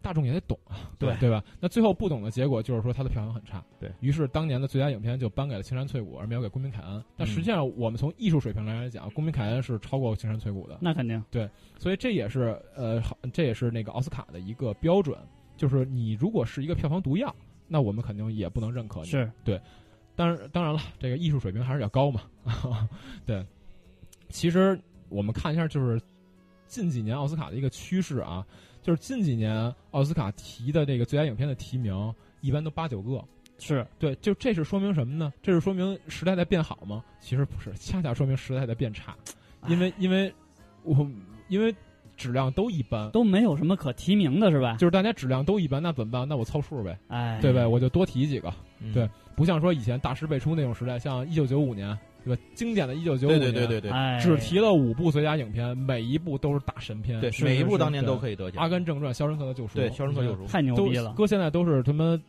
S1: 大众也得懂啊，
S2: 对
S1: 对吧？那最后不懂的结果就是说它的票房很差。
S2: 对
S1: 于是当年的最佳影片就颁给了《青山翠谷》，而没有给《公民凯恩》。但实际上，
S2: 嗯
S1: 我们从艺术水平来讲，《公民凯恩》是超过《青山翠谷》
S2: 嗯
S1: 的。
S3: 那肯定，
S1: 所以这也是呃，好，这也是那个奥斯卡的一个标准，就是你如果是一个票房毒药，那我们肯定也不能认可你。，
S3: 是
S1: 当然当然了，这个艺术水平还是要高嘛。对，其实我们看一下，就是近几年奥斯卡的一个趋势啊，就是近几年奥斯卡提的这个最佳影片的提名，一般都八九个。
S3: 是，
S1: 对，就这是说明什么呢？这是说明时代在变好吗？其实不是，恰恰说明时代在变差，因为因为我因为质量都一般，
S3: 都没有什么可提名的是吧？
S1: 就是大家质量都一般，那怎么办？那我凑数呗，
S3: 哎，
S1: 对呗，我就多提几个。
S2: 嗯
S1: 对不像说以前大师辈出那种时代，像一九九五年，对吧？经典的一九九五
S2: 对
S1: 年，
S2: 对对对对
S3: 哎，
S1: 只提了五部最佳影片，每一部都是大神片。
S2: 对，
S1: 是
S2: 每一部
S1: 是
S2: 当年都
S1: 对
S2: 可以得
S1: 《
S2: 奖。
S1: 阿甘正传》《肖申克的救赎》
S2: 对《肖申克救赎》
S3: 太牛
S1: 都
S3: 逼了。
S1: 搁现在都是他妈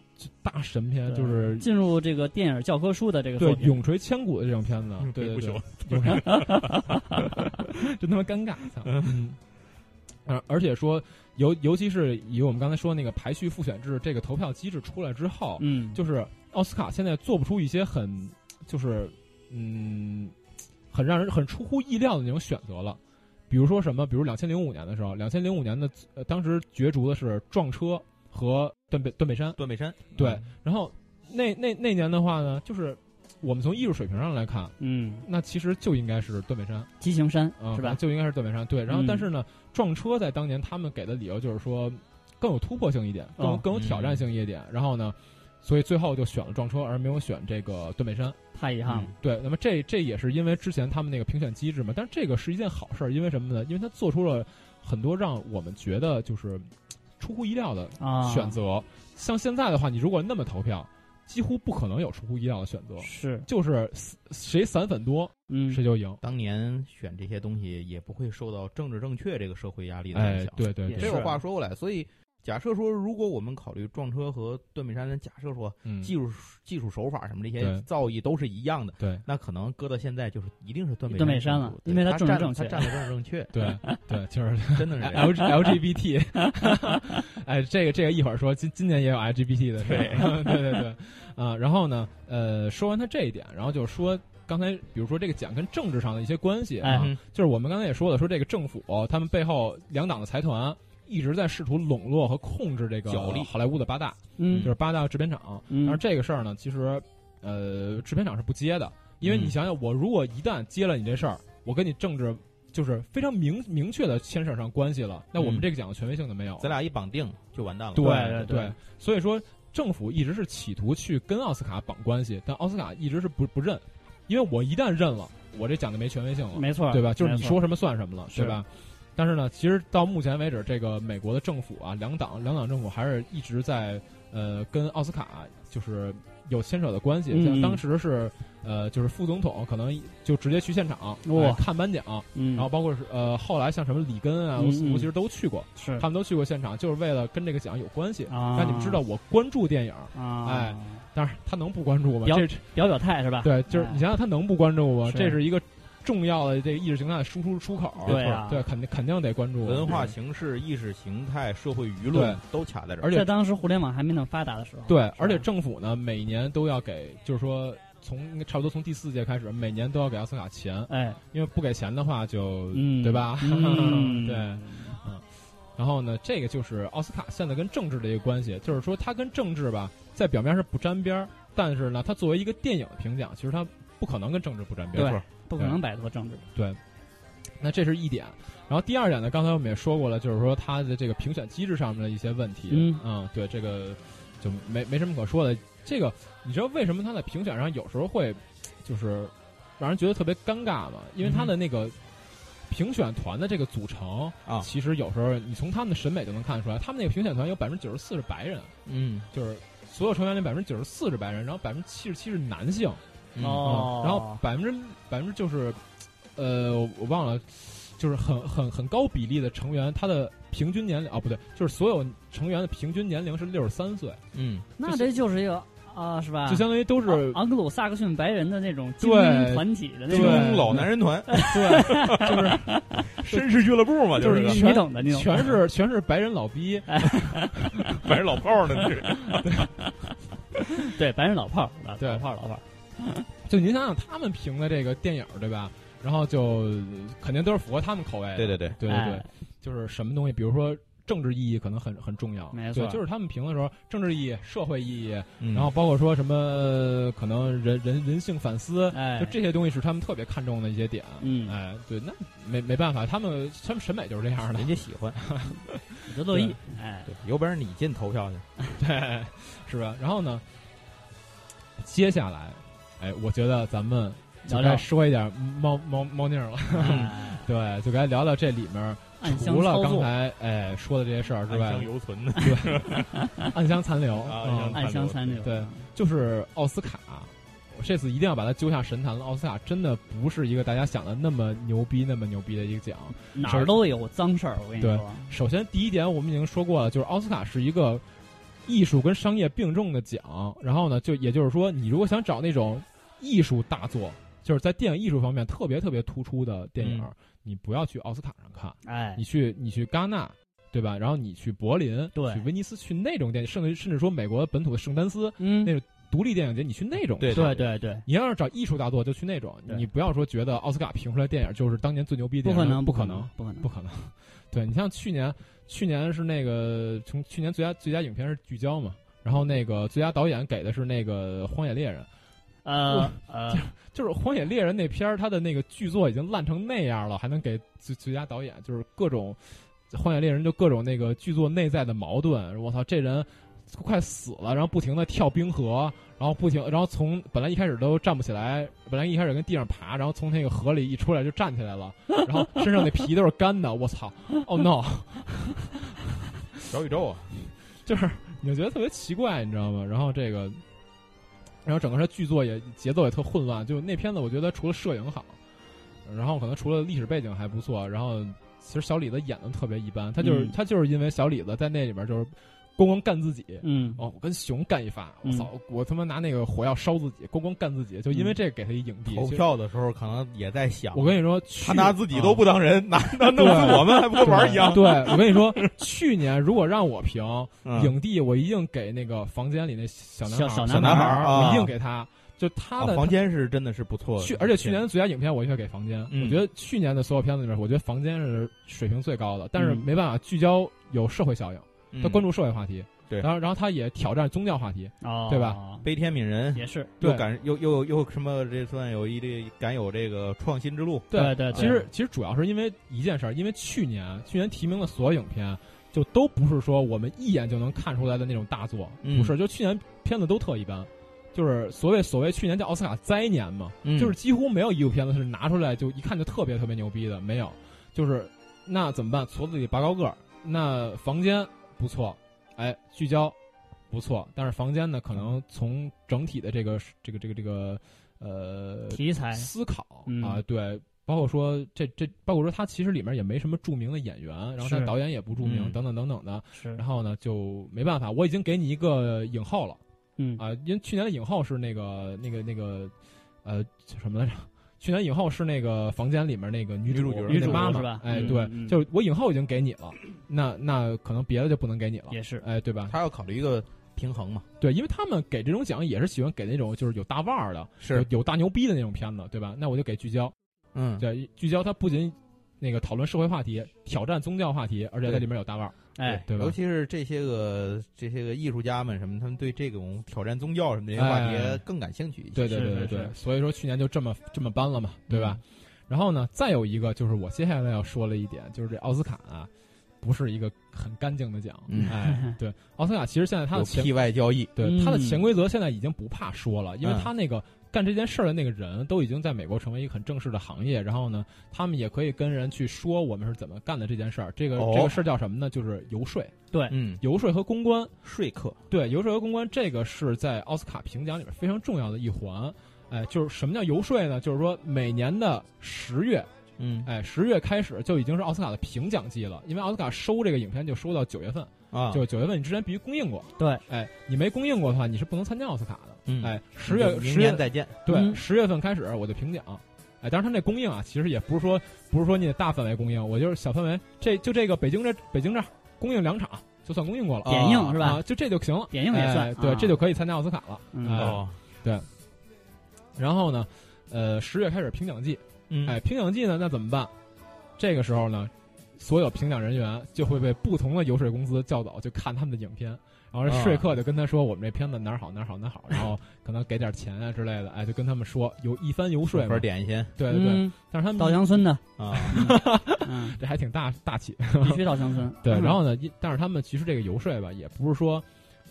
S1: 大神片，
S3: 对
S1: 就是
S3: 进入这个电影教科书的这个
S1: 对
S3: 作品，
S1: 永垂千古的这种片子，
S2: 嗯
S1: 对对
S4: 不
S1: 对
S4: 朽，
S1: 永垂，真他妈尴尬，操！嗯而而且说，尤尤其是以我们刚才说那个排序复选制这个投票机制出来之后，
S3: 嗯，
S1: 就是奥斯卡现在做不出一些很就是嗯很让人很出乎意料的那种选择了。比如说什么？比如两千零五年的时候，两千零五年的、呃、当时角逐的是《撞车》和《断背断背山》，
S2: 段北山，
S1: 对，然后那那那年的话呢，就是我们从艺术水平上来看，
S3: 嗯，
S1: 那其实就应该是断背山，
S3: 激情山
S1: 啊，
S3: 是吧？
S1: 就应该是断背山。对，然后
S3: 嗯
S1: 但是呢，撞车在当年他们给的理由就是说更有突破性一点，更有
S3: 哦
S1: 更有挑战性一点。然后呢，所以最后就选了撞车，而没有选这个断背山。
S3: 太
S2: 嗯
S3: 遗憾了，
S1: 对，那么这这也是因为之前他们那个评选机制嘛，但是这个是一件好事儿，因为什么呢？因为他做出了很多让我们觉得就是出乎意料的
S3: 啊，
S1: 选择。像现在的话，你如果那么投票，几乎不可能有出乎意料的选择，
S3: 是，
S1: 就是死谁散粉多
S3: 嗯，
S1: 谁就赢。
S2: 当年选这些东西也不会受到政治正确这个社会压力的影
S1: 哎
S2: 响。，，
S1: 对对
S3: 也
S1: 对，
S2: 这有
S3: 是
S2: 话说过来，所以假设说，如果我们考虑撞车和断背山人，假设说
S1: 嗯，
S2: 技术、技术手法什么这些
S1: 对
S2: 造诣都是一样的，
S1: 对，
S2: 那可能搁到现在就是一定是断背
S3: 断背山
S2: 胜
S3: 了
S2: 出对
S3: 因为它
S2: 他
S3: 政治
S2: 站
S3: 正确
S2: 他站的政治正确
S1: 对对，就是
S2: 真的是 这
S1: L L
S2: 样
S1: G B T，哎，这个这个一会儿说，今今年也有 L G B T 的事儿， 对对对，啊、然后呢，呃，说完他这一点，然后就说刚才比如说这个奖跟政治上的一些关系啊，
S3: 哎
S2: 嗯
S1: 就是我们刚才也说了，说这个政府他们背后两党的财团一直在试图笼络和控制这个
S2: 角力
S1: 好莱坞的八大，
S3: 嗯
S1: 就是八大制片厂，
S3: 嗯
S1: 但是这个事儿呢，其实呃，制片厂是不接的，因为你
S2: 嗯
S1: 想想，我如果一旦接了你这事儿，我跟你政治就是非常明明确的牵扯上关系了，那我们
S2: 嗯
S1: 这个奖的权威性就没有了。
S2: 咱俩一绑定就完蛋了。
S1: 对
S3: 对对对
S1: 所以说政府一直是企图去跟奥斯卡绑关系，但奥斯卡一直是不不认，因为我一旦认了，我这奖就没权威性了，
S3: 嗯没错，
S1: 对吧？就是你
S3: 没错
S1: 说什么算什么了，
S3: 是
S1: 对吧？但是呢，其实到目前为止，这个美国的政府啊，两党两党政府还是一直在呃跟奥斯卡就是有牵扯的关系。
S3: 嗯
S1: 像当时是呃，就是副总统可能就直接去现场、
S3: 哇
S1: 哎看颁奖，
S3: 嗯，
S1: 然后包括是呃后来像什么里根啊、
S3: 嗯
S1: 罗斯福
S3: 嗯
S1: 其实都去过，
S3: 是
S1: 他们都去过现场，就是为了跟这个奖有关系。
S3: 啊，
S1: 让你们知道我关注电影，
S3: 啊，
S1: 哎，但是他能不关注吗？
S3: 表
S1: 这
S3: 表表态是吧？
S1: 对，就是
S3: 哎
S1: 你想想他能不关注吗？
S3: 是
S1: 这是一个重要的这个意识形态的输出出口，
S3: 对啊
S1: 对，肯定肯定得关注
S2: 文化形式、意识形态、社会舆
S1: 对
S2: 论都卡在这儿，
S1: 而且
S3: 在当时互联网还没那么发达的时候，
S1: 对，而且政府呢每年都要给，就是说从差不多从第四届开始，每年都要给奥斯卡钱，
S3: 哎，
S1: 因为不给钱的话就、
S3: 嗯，
S1: 对吧？
S3: 嗯
S1: 对，然后呢，这个就是奥斯卡现在跟政治的一个关系，就是说它跟政治吧，在表面上不沾边儿，但是呢，它作为一个电影评奖，其实它不可能跟政治不沾边儿。
S3: 对，不可能摆脱政治。
S1: 那这是一点。然后第二点呢，刚才我们也说过了，就是说它的这个评选机制上面的一些问题。
S3: 嗯
S1: 对，这个就没没什么可说的。这个你知道为什么它在评选上有时候会就是让人觉得特别尴尬吗？因为它的那个评选团的这个组成
S2: 啊
S1: 其实有时候你从他们的审美就能看出来，他们那个评选团有百分之九十四是白人，
S2: 嗯
S1: 就是所有成员里百分之九十四是白人，然后百分之七十七是男性。
S2: 嗯
S3: 哦
S1: 嗯然后百分之百分之就是，呃，我忘了，就是很很很高比例的成员，他的平均年龄啊，不对，就是所有成员的平均年龄是六十三岁，
S2: 嗯，
S3: 那这就是一个啊，是吧？
S1: 就相当于都是、
S3: 昂昂格鲁萨克逊白人的那种精
S1: 对
S3: 英团体的那
S1: 对
S3: 种，
S2: 中老男 人团，
S1: 对， 就是
S4: 绅士俱乐部嘛，
S1: 就是是
S4: 个
S1: 一
S3: 你
S1: 全
S3: 你懂的，你懂的。
S1: 全是全是白人老逼，
S4: 反正老炮儿呢，这是
S3: 对白人老炮儿，老
S1: 对
S3: 老炮儿老炮儿，
S1: 就您想想他们评的这个电影对吧？然后就肯定都是符合他们口味的，
S2: 对对对，
S1: 对对对，
S3: 哎
S1: 就是什么东西，比如说。政治意义可能很很重要，
S3: 没错
S1: 对就是他们评的时候，政治意义、社会意义，
S2: 嗯
S1: 然后包括说什么呃可能人人人性反思，
S3: 哎
S1: 就这些东西是他们特别看重的一些点。
S3: 嗯
S1: 哎，对，那没没办法，他们他们审美就是这样的
S3: 嗯
S2: 人。家喜欢，
S3: 我就乐意，哎，
S2: 对，有本事你进投票去，
S1: 对，是吧？然后呢，接下来，哎，我觉得咱们就
S3: 聊
S1: 该
S3: 聊
S1: 说一点猫猫猫腻儿 了。
S3: 哎
S1: 对，就该聊聊这里面
S3: 暗箱
S1: 除了
S3: 操
S1: 刚
S3: 作，
S1: 才哎说的这些事儿之
S4: 暗
S1: 外
S4: 香，犹存的，
S1: 暗香残 留
S4: 啊暗香
S1: 嗯
S3: 暗箱残留，
S1: 对就是奥斯卡，我这次一定要把它揪下神坛了。奥斯卡真的不是一个大家想的那么牛逼、那么牛逼的一个奖。
S3: 哪儿都有脏事儿，我跟你
S1: 对
S3: 说，
S1: 首先，第一点我们已经说过了，就是奥斯卡是一个艺术跟商业并重的奖。然后呢，就也就是说，你如果想找那种艺术大作，就是在电影艺术方面特别特别突出的电影，
S2: 嗯
S1: 你不要去奥斯卡上看，
S3: 哎
S1: 你，去你去戛纳。对吧？然后你去柏林，
S3: 对
S1: 去威尼斯，去那种电影，甚至甚至说美国本土的圣丹斯
S3: 嗯，
S1: 那独立电影节，你去那种
S2: 对
S3: 对对对，
S1: 你要是找艺术大作，就去那种，
S3: 对
S1: 你不要说觉得奥斯卡评出来电影就是当年最牛逼的
S3: 不
S1: 电
S3: 可
S1: 影，
S3: 能，
S1: 不
S3: 可
S1: 能，，
S3: 不可能
S1: 不，可能。 对你像去年，去年是那个从去年最佳最佳影片是《聚焦》嘛，然后那个最佳导演给的是那个《荒野猎人》，
S3: 呃呃，
S1: 就是《荒野猎人》那片儿，他的那个剧作已经烂成那样了，还能给最最佳导演，就是各种《荒野猎人》就各种那个剧作内在的矛盾。我操，这人快死了，然后不停的跳冰河，然后不停，然后从本来一开始都站不起来，本来一开始跟地上爬，然后从那个河里一出来就站起来了，然后身上那皮都是干的。我操，Oh no！
S2: 小宇宙啊，啊
S1: 就是你就觉得特别奇怪，你知道吗？然后这个然后整个它剧作也节奏也特混乱，就那片子我觉得除了摄影好，然后可能除了历史背景还不错，然后其实小李子演的特别一般，他就是、
S3: 嗯
S1: 他就是因为小李子在那里边就是咣咣干自己，
S3: 嗯，
S1: 哦，我跟熊干一发，我
S3: 嗯
S1: 操，我他妈拿那个火药烧自己，咣咣干自己，就因为这个给他一影帝。
S2: 嗯投
S1: 其实
S2: 票的时候可能也在想，
S1: 我跟你说，去
S2: 他拿自己都不当人， 拿拿
S1: 对
S2: 弄死我们还不跟玩儿一样？
S1: 对我跟你说，去年如果让我评
S2: 嗯
S1: 影帝，我一定给那个房间里那小男孩儿，
S3: 小
S2: 小男
S1: 孩
S2: 孩
S1: 儿
S2: 儿啊
S1: 我一定给他。就他
S2: 啊
S1: 的
S2: 房间是真的是不错的，
S1: 去，而且去年的最佳影片我也会给《房间》
S2: 嗯
S1: 我觉得去年的所有片子里面，我觉得《房间》是水平最高的，但是
S3: 嗯
S1: 没办法，聚焦有社会效应，
S2: 嗯
S1: 他关注社会话题，
S2: 对
S1: 然后然后他也挑战宗教话题，
S3: 哦，
S1: 对
S3: 吧？
S2: 悲天悯人，
S3: 也是，
S1: 对
S2: 又敢又又又什么这算有一定敢有这个创新之路，
S3: 对对，
S1: 其实其实主要是因为一件事儿，因为去年去年提名的所有影片，就都不是说我们一眼就能看出来的那种大作，
S2: 嗯
S1: 不是，就去年片子都特一般。就是所谓所谓去年叫奥斯卡灾年嘛，
S2: 嗯
S1: 就是几乎没有一部片子是拿出来就一看就特别特别牛逼的，没有。就是那怎么办？矬子里拔高个儿，那房间不错，哎，聚焦不错，但是房间呢，可能从整体的这个这个这个这个呃
S3: 题材，
S1: 思考、
S3: 嗯
S1: 啊，对，包括说这这，包括说他其实里面也没什么著名的演员，然后他
S3: 是
S1: 导演也不著名，
S2: 嗯
S1: 等等等等的，
S3: 是
S1: 然，后呢就没办法，我已经给你一个影后了
S3: 嗯，
S1: 啊，因为去年的影后是那个那个那个呃叫什么来着？去年影后是那个房间里面那个女
S2: 女主角
S1: 女
S2: 那个
S1: 妈
S3: 是
S1: 妈
S3: 吧，
S1: 哎，
S3: 嗯
S1: 对，
S3: 嗯
S1: 就是我影后已经给你了，那那可能别的就不能给你了，
S3: 也是，
S1: 哎，对吧？
S2: 他要考虑一个平衡嘛，
S1: 对，因为他们给这种奖也是喜欢给那种就是有大腕儿的，有有大牛逼的那种片子，对吧？那我就给聚焦，
S2: 嗯，
S1: 对，聚焦它不仅那个讨论社会话题，挑战宗教话题，而且在里面有大腕儿。
S3: 哎，
S1: 对吧
S2: 尤其是这些个这些个艺术家们什么，他们对这种挑战宗教什么这些话
S1: 哎
S2: 题更感兴趣一些。
S1: 对对对
S3: 是嗯
S1: 对
S3: 是
S1: 对，
S3: 是
S1: 所以说去年就这么这么搬了嘛，对吧？然后呢，再有一个就是我接下来要说了一点，就是这奥斯卡啊，不是一个很干净的奖。
S2: 嗯
S1: 哎，对，奥斯卡其实现在它
S2: 有
S1: 的潜
S2: 屁外交易，
S1: 对、
S3: 嗯
S1: 它的潜规则现在已经不怕说了，因为
S2: 嗯
S1: 他那个。干这件事儿的那个人都已经在美国成为一个很正式的行业，然后呢，他们也可以跟人去说我们是怎么干的这件事儿。这个、
S2: 哦
S1: 这个事儿叫什么呢？就是游说、
S2: 嗯，
S1: 游哎说和公关。
S2: 说客，
S1: 对，游说和公关这个是在奥斯卡评奖里面非常重要的一环。哎，就是什么叫游说呢？就是说每年的十月，
S2: 嗯
S1: 哎，十月开始就已经是奥斯卡的评奖季了，因为奥斯卡收这个影片就收到九月份，
S2: 啊，
S1: 就九月份你之前必须供应过。
S3: 对，
S1: 哎，你没供应过的话，你是不能参加奥斯卡的。
S2: 嗯
S1: 哎，十月
S2: 明
S1: 十月
S2: 年再见，
S1: 对
S3: 嗯
S1: 十月份开始我就评奖。哎，当然，它那供应啊，其实也不是说不是说你得大范围供应，我就是小范围，这就这个北京这北京这儿供应两场就算供应过了，
S3: 点映是吧？
S1: 啊，就这就行了。
S3: 点映也
S1: 哎
S3: 算，
S1: 对，
S3: 啊
S1: 这就可以参加奥斯卡了。哎
S3: 嗯，
S2: 哦，
S1: 然后呢，呃，十月开始评奖季，
S2: 嗯
S1: 哎，评奖季呢，那怎么办？这个时候呢，所有评奖人员就会被不同的游说公司叫走，就看他们的影片。然后这
S2: 啊
S1: 说客就跟他说我们这片子哪儿好哪儿好哪儿好，然后可能给点钱啊之类的，哎，就跟他们说有一番游说
S2: 说
S1: 嘛。
S2: 点心
S1: 对对对，
S3: 嗯，
S1: 但是他
S3: 稻
S1: 们
S3: 香村的，
S2: 啊，
S3: 嗯，
S1: 这还挺大大气，，
S3: 必须稻香村
S1: 对，
S3: 嗯
S1: 然后呢，一但是他们其实这个游说吧，也不是说，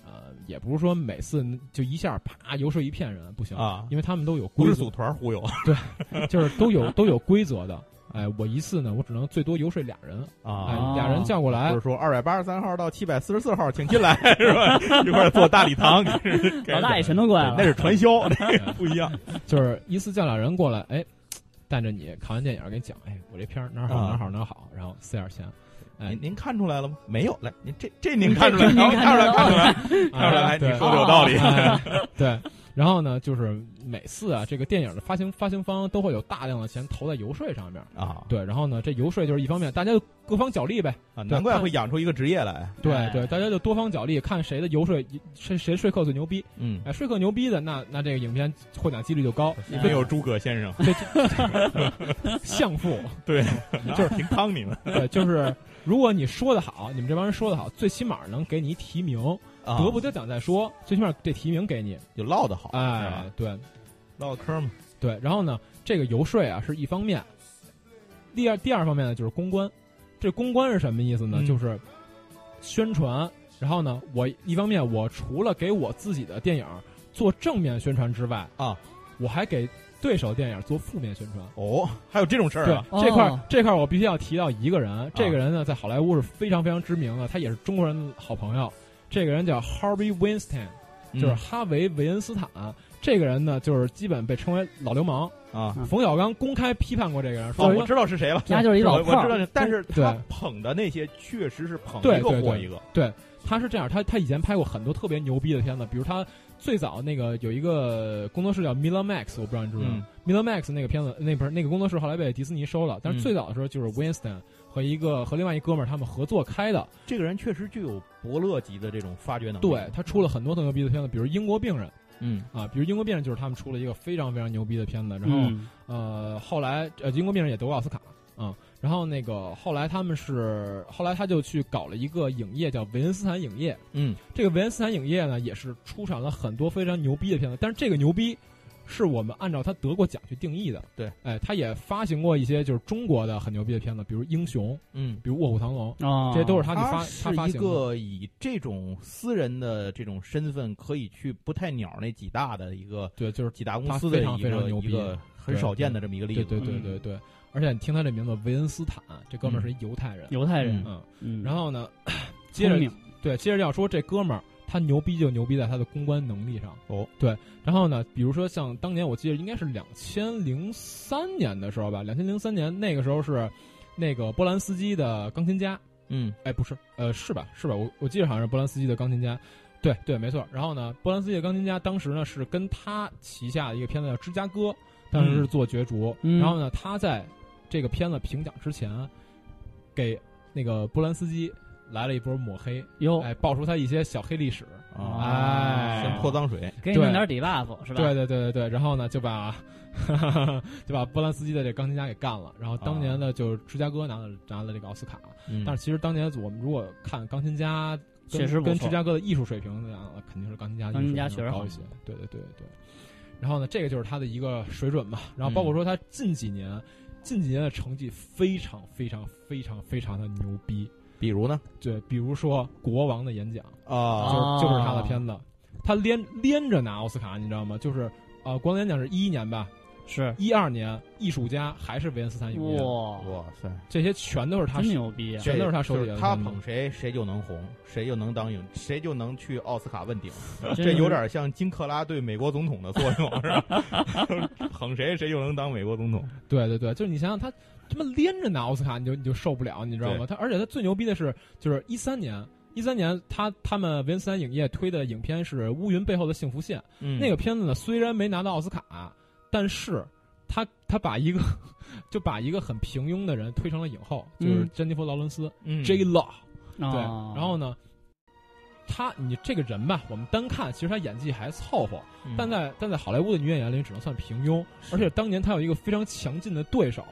S1: 呃，也不是说每次就一下啪游说一片人不行
S2: 啊
S1: 因为他们都有
S2: 不
S1: 规
S2: 是
S1: 则
S2: 组，团忽悠
S1: 就是都有都有规则的。哎，我一次呢，我只能最多游说俩人，哎，
S2: 啊。
S3: 哦
S1: 俩人叫过来
S2: 就是，说，二百八十三号到七百四十四号，请进来， 是吧？一块儿坐大礼堂，
S3: 老大爷
S2: 是
S3: 全都过来
S2: 那
S3: 了，
S2: 是传销，
S1: 哎
S2: 不一样。
S1: 就是一次叫俩人过来，哎，带着你看完电影给你讲，哎，我这片儿哪儿好
S2: 啊
S1: 哪儿好哪儿好，然后塞点钱，哎
S2: 您，您看出来了吗？没有，来，您这这您
S3: 这
S2: 看出来，
S3: 您
S2: 看出
S3: 看出来
S2: 来，看出来，
S1: 哎
S2: 看出来，你
S1: 对
S2: 说的有道理。
S3: 哦
S1: 哎对，然后呢，就是每次啊，这个电影的发行发行方都会有大量的钱投在游说上面。
S2: 啊，
S1: 对，然后呢，这游说就是一方面，大家就各方角力呗。
S2: 啊，难怪会养出一个职业来。
S1: 对
S3: 哎
S1: 对，大家就多方角力，看谁的游说谁谁说客最牛逼。
S2: 嗯，
S1: 哎，说客牛逼的，那那这个影片获奖几率就 高。
S3: 嗯
S2: 没有诸葛先 生，
S1: 相父，
S2: 对， 就是平康你们
S1: 对，就是如果你说的好，你们这帮人说的好，最起码能给你一提名，得
S2: 得
S1: 不得奖再说，最起码这提名给你。
S2: 就唠得好，是
S1: 哎
S2: 吧，
S1: 对
S2: 唠个嗑嘛。
S1: 对，然后呢，这个游说啊是一方面，第二第二方面呢就是公关。这公关是什么意思呢？
S2: 嗯
S1: 就是宣传。然后呢，我一方面我除了给我自己的电影做正面宣传之外
S2: 啊，
S1: 我还给对手电影做负面宣传。
S2: 哦，还有这种事儿
S1: 对
S2: 啊？，
S3: 哦
S1: 这块儿这块儿我必须要提到一个人，这个人呢在好莱坞是非常非常知名的，他也是中国人的好朋友。这个人叫 Harvey Weinstein，就是
S2: 嗯
S1: 哈维·韦恩斯坦。这个人呢，就是基本被称为老流氓。
S2: 啊。
S3: 嗯
S1: 冯小刚公开批判过这个人，
S2: 哦，
S1: 说
S2: 我知道是谁了，
S3: 他就是一
S2: 我
S3: 老
S2: 我
S3: 炮
S2: 知
S3: 儿，
S2: 道是，但是他
S1: 对
S2: 捧的那些确实是捧
S1: 对
S2: 一个
S1: 对
S2: 火
S1: 对
S2: 一个，
S1: 他是这样，他他以前拍过很多特别牛逼的片子，比如他最早那个有一个工作室叫 Miller Max，我不知道你知不知道、
S2: 嗯
S1: Miller Max 那个片子，那不是那个工作室后来被迪士尼收了，但
S2: 嗯
S1: 是最早的时候就是 Winston 和一个和另外一哥们儿他们合作开的，
S2: 这个人确实具有伯乐级的这种发掘能力。
S1: 对他出了很多特牛逼的片子，比如英国病人
S2: 嗯，
S1: 啊，比如英国病人就是他们出了一个非常非常牛逼的片子，然后、
S3: 嗯
S1: 呃，后来呃，英国病人也得过奥斯卡，嗯，然后那个后来他们是后来他就去搞了一个影业叫维恩斯坦影业，
S2: 嗯，
S1: 这个维恩斯坦影业呢也是出产了很多非常牛逼的片子，但是这个牛逼是我们按照他得过奖去定义的，
S2: 对，
S1: 哎，他也发行过一些就是中国的很牛逼的片子，比如《英雄》，
S2: 嗯，
S1: 比如《卧虎藏龙》，
S3: 哦，
S1: 这些都是他给发
S2: 是
S1: 他发
S2: 一
S1: 行的。
S2: 个以这种私人的这种身份可以去不太鸟那几大的一个
S1: 对，就是
S2: 几大公司的
S1: 他非常
S2: 一
S1: 非常
S2: 个
S1: 牛逼
S2: 一个很少见的这么一个例
S1: 对
S2: 子。
S1: 对对对对，而且你听他这名字维恩斯坦，这哥们儿是一犹太人，
S3: 犹太人，
S1: 嗯，
S3: 嗯，
S1: 然后呢，接
S3: 聪
S1: 着
S3: 明，
S1: 对，接着要说这哥们儿，他牛逼就牛逼在他的公关能力上。
S2: 哦，
S1: 对，然后呢，比如说像当年我记得应该是两千零三年的时候吧，两千零三年那个时候是那个波兰斯基的《钢琴家》，
S2: 嗯
S1: 哎，不是，呃，是吧？是吧？我我记得好像是波兰斯基的《钢琴家》。对对，没错。然后呢，波兰斯基的《钢琴家》当时呢是跟他旗下的一个片子叫《芝加哥》，当时是做角逐。
S3: 嗯
S1: 然后呢，他在这个片子评奖之前，给那个波兰斯基来了一波抹黑。
S3: 哟，
S1: 哎，爆出他一些小黑历史，
S2: 啊，
S1: 哎
S2: 先泼脏水，
S3: 给你弄点底 buff 是吧？
S1: 对对对对对，然后呢就把 就把波兰斯基的这钢琴家给干了，然后
S3: 哦
S1: 当年呢就芝加哥拿了拿了这个奥斯卡，
S2: 嗯
S1: 但是其实当年我们如果看钢琴家跟。
S3: 确实不错
S1: 跟芝加哥的艺术水平来讲，肯定是钢琴家的
S3: 钢琴家
S1: 艺术水
S3: 确实
S1: 平
S3: 好
S1: 高一些。对对对对。然后呢，这个就是他的一个水准嘛。然后包括说他近几年，近几年的成绩非常非常非常非常的牛逼。
S2: 比如呢
S1: 对，比如说《国王的演讲》，
S2: 啊
S3: 哦
S1: 就是就是他的片子，他连连着拿奥斯卡，你知道吗？就是呃，光年奖是一一年吧，
S3: 是，
S1: 一二年艺术家还是维恩斯坦影业，
S3: 哇，
S2: 哇塞，
S1: 这些全都是他
S3: 真牛逼啊！
S1: 全都是他手里
S2: 就
S1: 的
S2: 他
S1: 片子
S2: 捧谁谁就能红，谁就能当影，谁就能去奥斯卡问鼎。
S3: 真
S2: 这
S3: 是
S2: 有点像金克拉对美国总统的作用，是吧？ 捧谁谁就能当美国总统。
S1: 对对对，就是你想想他这么连着拿奥斯卡，你就你就受不了，你知道吗？他而且他最牛逼的是，就是一三年。一三年，他他们维恩斯坦影业推的影片是《乌云背后的幸福线》，
S2: 嗯
S1: 那个片子呢，虽然没拿到奥斯卡，但是他他把一个 就把一个很平庸的人推成了影后，就是
S3: 嗯
S1: 珍妮弗·劳伦斯、
S2: 嗯
S1: J. Law。
S3: 哦
S1: 对，然后呢，他你这个人吧，我们单看，其实他演技还凑合，
S2: 嗯
S1: 但在但在好莱坞的女演员里，只能算平庸。而且当年他有一个非常强劲的对手，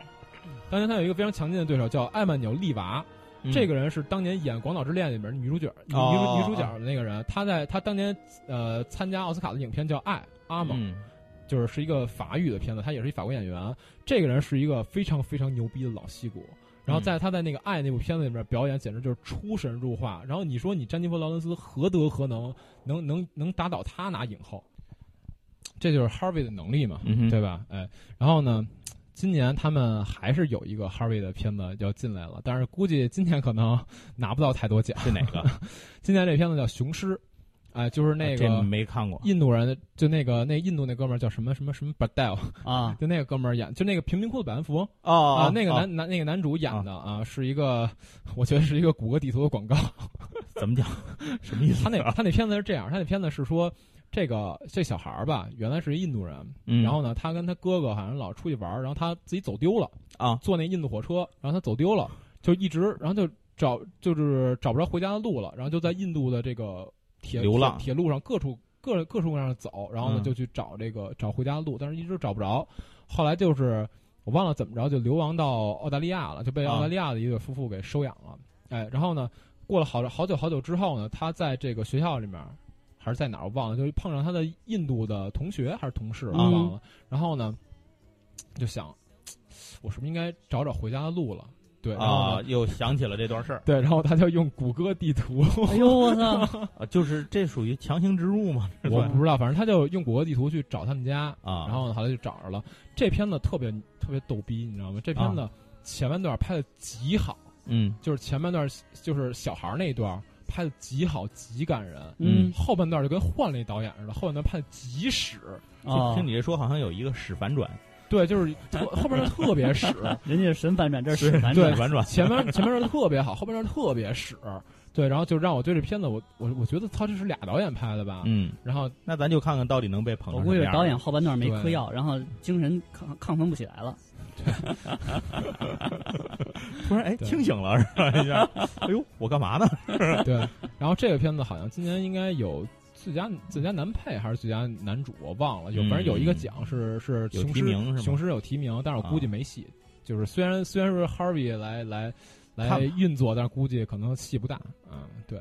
S1: 当年他有一个非常强劲的对手叫艾曼纽利娃，
S2: 嗯
S1: 这个人是当年演《广岛之恋》里面的女主角，女女
S2: 哦
S1: 主女主角的那个人。她在她当年呃参加奥斯卡的影片叫《爱》，阿蒙、
S2: 嗯
S1: 就是是一个法语的片子，他也是一法国演员。这个人是一个非常非常牛逼的老戏骨。然
S2: 嗯
S1: 后在他在那个《爱》那部片子里面表演，简直就是出神入化。然后你说你詹妮弗·劳伦斯何德何能，能能能打倒他拿影后？这就是 Harvey 的能力嘛，
S2: 嗯哼
S1: 对吧？哎，然后呢，今年他们还是有一个 Harvey 的片子要进来了，但是估计今年可能拿不到太多奖。
S2: 是哪个？啊
S1: 今年这片子叫《雄狮》，哎，就是 那个、
S2: 这没看过。
S1: 印度人，就那个那印度那哥们儿叫什么什么什么 Badal，
S3: 啊，
S1: 就那个哥们儿演，就那个贫民窟的百万富翁
S2: 哦
S1: 啊，那个男男那个男主演的啊，是一个，我觉得是一个谷歌地图的广告。
S2: 怎么讲？什么意思？
S1: 他 那他那片子是这样，他那片子是说。这个这小孩儿吧，原来是一印度人，
S2: 嗯
S1: 然后呢，他跟他哥哥好像老出去玩儿，然后他自己走丢了，
S2: 啊
S1: 坐那印度火车，然后他走丢了，就一直，然后就找就是找不着回家的路了，然后就在印度的这个铁
S2: 流浪
S1: 铁铁路上各处各各处各样的走，然后呢
S2: 嗯
S1: 就去找这个找回家的路，但是一直找不着，后来就是我忘了怎么着就流亡到澳大利亚了，就被
S2: 啊
S1: 澳大利亚的一对夫妇给收养了，哎，然后呢，过了好好久好久之后呢，他在这个学校里面。还是在哪儿我忘了，就碰上他的印度的同学还是同事，我
S3: 嗯
S1: 忘了。然后呢，就想，我是不是应该找找回家的路了？对，然后呢
S2: 啊，又想起了这段事儿
S1: 对，然后他就用谷歌地 图，
S3: 哎呦我 操，
S2: 啊，就是这属于强行植入吗？这
S1: 我
S2: 算
S1: 不知道，反正他就用谷歌地图去找他们家，
S2: 啊，
S1: 然后呢后来就找着了。这片子特别特别逗逼，你知道吗？
S2: 啊
S1: 这片子前半段拍的极好，
S2: 嗯
S1: 就是前半段就是小孩儿那一段。拍的极好，极感人。
S3: 嗯
S1: 后半段就跟换了一导演似的，后半段拍的极屎，
S3: 哦，
S2: 听你这说，好像有一个屎反转，
S1: 对，就是特 后半段特别屎，
S3: 人家是神反转，这是屎反
S1: 对
S3: 转，
S2: 反转，
S1: 前面前面段特别好，后半段特别屎，对，然后就让我对这片子，我我我觉得他这是俩导演拍的吧，
S2: 嗯，
S1: 然后
S2: 那咱就看看到底能被捧
S3: 我
S2: 成
S3: 估
S2: 什
S3: 计
S2: 么
S3: 是
S2: 样。
S3: 导演，后半段没嗑
S1: 对
S3: 药，然后精神亢亢奋不起来了。
S2: 突然哎
S1: 对
S2: 清醒了是吧？一下，哎呦，我干嘛呢？
S1: 对，然后这个片子好像今年应该有最佳最佳男配还是最佳男主，我忘了，有
S2: 嗯
S1: 反正有一个奖是是
S2: 有
S1: 雄
S2: 提
S1: 狮
S2: 名是吗啊
S1: 雄狮有提名，但是我估计没戏。就是虽然虽然是 Harvey 来来来
S2: 看
S1: 运作，但是估计可能戏不大。嗯，对。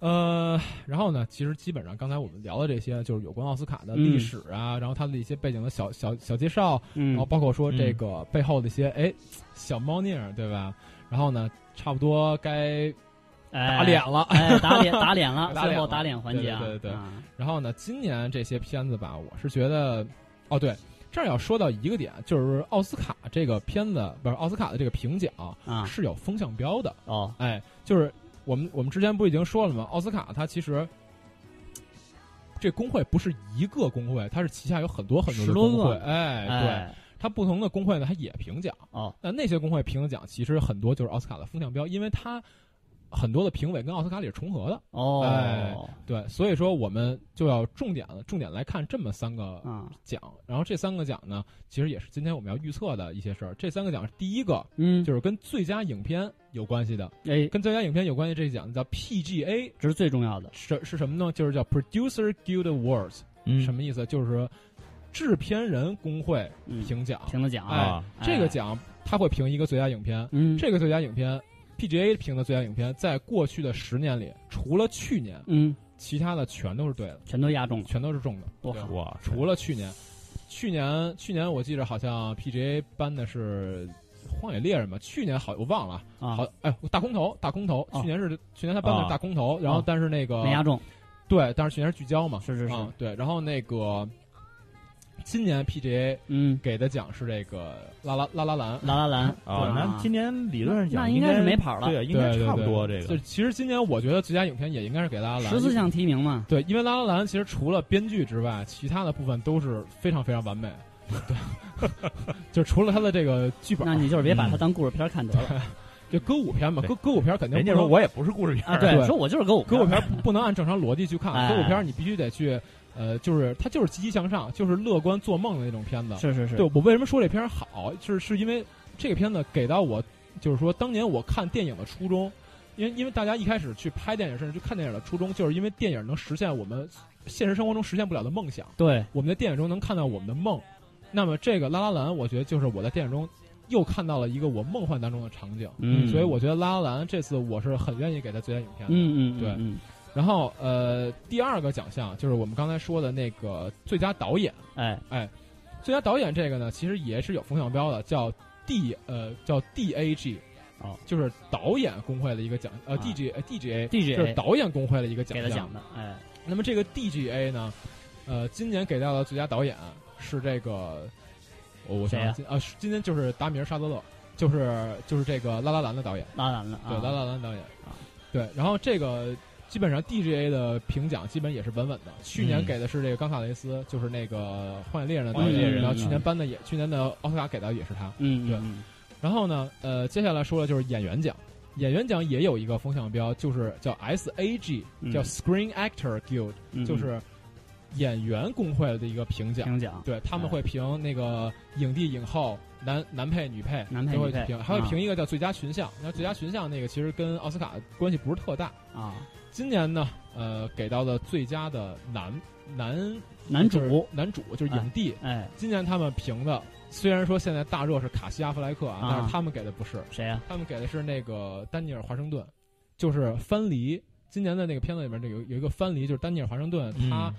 S1: 呃，然后呢，其实基本上刚才我们聊的这些，就是有关奥斯卡
S2: 嗯
S1: 的历史啊，然后它的一些背景的小小小介绍，
S3: 嗯
S1: 然后包括说这个背后的一些哎小猫腻儿，对吧？然后呢，差不多该打
S3: 打
S1: 脸，了。
S3: 哎，打脸打脸了，
S1: 打脸
S3: 最后
S1: 了
S3: 打脸环节啊，
S1: 对对对对
S3: 啊
S1: 然后呢，今年这些片子吧，我是觉得，哦对，这儿要说到一个点，就是奥斯卡这个片子不是奥斯卡的这个评奖
S3: 啊
S1: 是有风向标的，
S3: 哦，
S1: 哎，就是我们我们之前不已经说了吗？奥斯卡它其实。这工会不是一个工会，它是旗下有很多很多
S3: 十
S1: 的
S3: 多
S1: 工会，
S3: 个
S1: 哎，对，
S3: 哎
S1: 它不同的工会呢，它也评奖。
S3: 哦，
S1: 那那些工会评的奖其实很多就是奥斯卡的风向标，因为它很多的评委跟奥斯卡里是重合的。哎
S3: 哦，
S1: 对，所以说我们就要重点重点来看这么三个
S3: 啊，
S1: 奖，然后这三个奖呢，其实也是今天我们要预测的一些事儿。这三个奖，第一个
S3: 嗯，
S1: 就是跟最佳影片有关系的，
S3: 哎，
S1: 跟最佳影片有关系这一奖叫 PGA，
S3: 这是最重要的，
S1: 是是什么呢？就是叫 Producer Guild Awards，、
S2: 嗯
S1: 什么意思？就是制片人工会
S3: 嗯，
S1: 评奖，
S3: 评了奖啊，
S2: 啊？
S1: 这个
S3: 哎，
S1: 奖他会评一个最佳影片，
S3: 嗯，
S1: 这个最佳影片 PGA 评的最佳影片，在过去的十年里，除了去年，
S3: 嗯，
S1: 其他的全都是对的。
S3: 全都压中了，
S1: 全都是中的，
S3: 多
S1: 对
S3: 好，
S2: 哇，
S1: 除了去年，去年去年我记着好像 PGA 颁的是《荒野猎人》吧？去年好我忘了，
S3: 啊，
S1: 好哎大空头大空头，
S3: 哦
S1: 去年是去年他颁的是大空头，然后
S3: 啊
S1: 但是那个
S3: 没压中，
S1: 对，但是去年是聚焦嘛，
S3: 是是是
S1: 啊对，然后那个今年 PGA
S3: 嗯，
S1: 给的奖是这个拉拉拉拉兰。
S3: 拉拉兰
S1: 哦
S2: 啊，那今年理论上讲
S3: 那那应该
S2: 该
S3: 是没跑了
S2: 对啊，应该
S1: 对对
S2: 差不多这
S1: 对
S2: 个
S1: 就。其实今年我觉得最佳影片也应该是给拉拉兰，
S3: 十四项提名嘛，
S1: 对，因为《拉拉兰》其实除了编剧之外，其他的部分都是非常非常完美。对， 就除了他的这个剧本，
S3: 那你就是别把它
S2: 嗯
S3: 当故事片看得 了
S1: 就歌舞片嘛，
S2: 对
S1: 歌歌舞片肯定
S2: 人
S1: 不
S2: 家说
S1: 能，
S2: 我也不是故事片
S3: 啊，
S2: 儿，
S1: 对
S3: 说我就是歌舞
S1: 歌舞
S3: 片，
S1: 片不能按正常逻辑去看，
S3: 哎
S1: 歌舞片你必须得去，呃，就是它就是积极向上，就是乐观做梦的那种片子。
S3: 是是是，
S1: 对我为什么说这片儿好，就是是因为这个片子给到我，就是说当年我看电影的初衷，因为因为大家一开始去拍电影甚至去看电影的初衷，就是因为电影能实现我们现实生活中实现不了的梦想。
S3: 对，
S1: 我们在电影中能看到我们的梦。那么这个《拉拉兰》，我觉得就是我在电影中又看到了一个我梦幻当中的场景，
S3: 嗯
S1: 所以我觉得《拉拉兰》这次我是很愿意给他最佳影片的。
S3: 嗯嗯，
S1: 对
S3: 嗯，
S1: 然后呃，第二个奖项就是我们刚才说的那个最佳导演，
S3: 嗯哎，
S1: 最佳导演这个呢，其实也是有风向标的，叫 D 呃叫 DAG，
S3: 哦，
S1: 就是导演工会的一个奖，呃
S3: 啊
S1: DG 呃 DGA。
S3: DJ
S1: 就是导演工会的一个奖
S3: 给他
S1: 项
S3: 奖，的，哎，
S1: 那么这个 DGA 呢，呃，今年给到的最佳导演是这个，我我想
S3: 谁呀
S1: 想今啊，是今年就是达米尔·沙德勒，就是就是这个《拉拉兰》的导演，
S3: 拉兰了啊，
S1: 对，拉拉兰》导演
S3: 啊，
S1: 对，然后这个。基本上 DGA 的评奖基本也是稳稳的。去年
S2: 嗯
S1: 给的是这个冈萨雷斯，就是那个《荒野猎人》的导
S3: 荒野猎
S1: 演，
S3: 人
S1: 然后去
S3: 嗯
S1: 年颁的也，去年的奥斯卡给到也是他。
S3: 嗯，嗯
S1: 对
S3: 嗯
S1: 然后呢，呃，接下来说的就是演员奖，演员奖也有一个风向标，就是叫 SAG，
S3: 嗯
S1: 叫 Screen Actor Guild，
S3: 嗯，
S1: 就是演员工会的一个评奖，
S3: 评奖，
S1: 对他们会评那个影帝、影后、男男配、女配，
S3: 男配
S1: 都会
S3: 女配
S1: 评，还会
S3: 啊
S1: 评一个叫最佳群像。那最佳群像那个其实跟奥斯卡关系不是特大。
S3: 啊，
S1: 今年呢，呃，给到的最佳的男男
S3: 男
S1: 就是
S3: 主，
S1: 男主就是影帝。
S3: 哎，
S1: 今年他们评的虽然说现在大热是卡西·阿弗莱克啊，
S3: 啊
S1: 但是他们给的不是，
S3: 谁啊呀？
S1: 他们给的是那个丹尼尔·华盛顿，就是《藩篱》。今年的那个片子里面，这有有一个《藩篱》，就是丹尼尔·华盛顿，他
S2: 嗯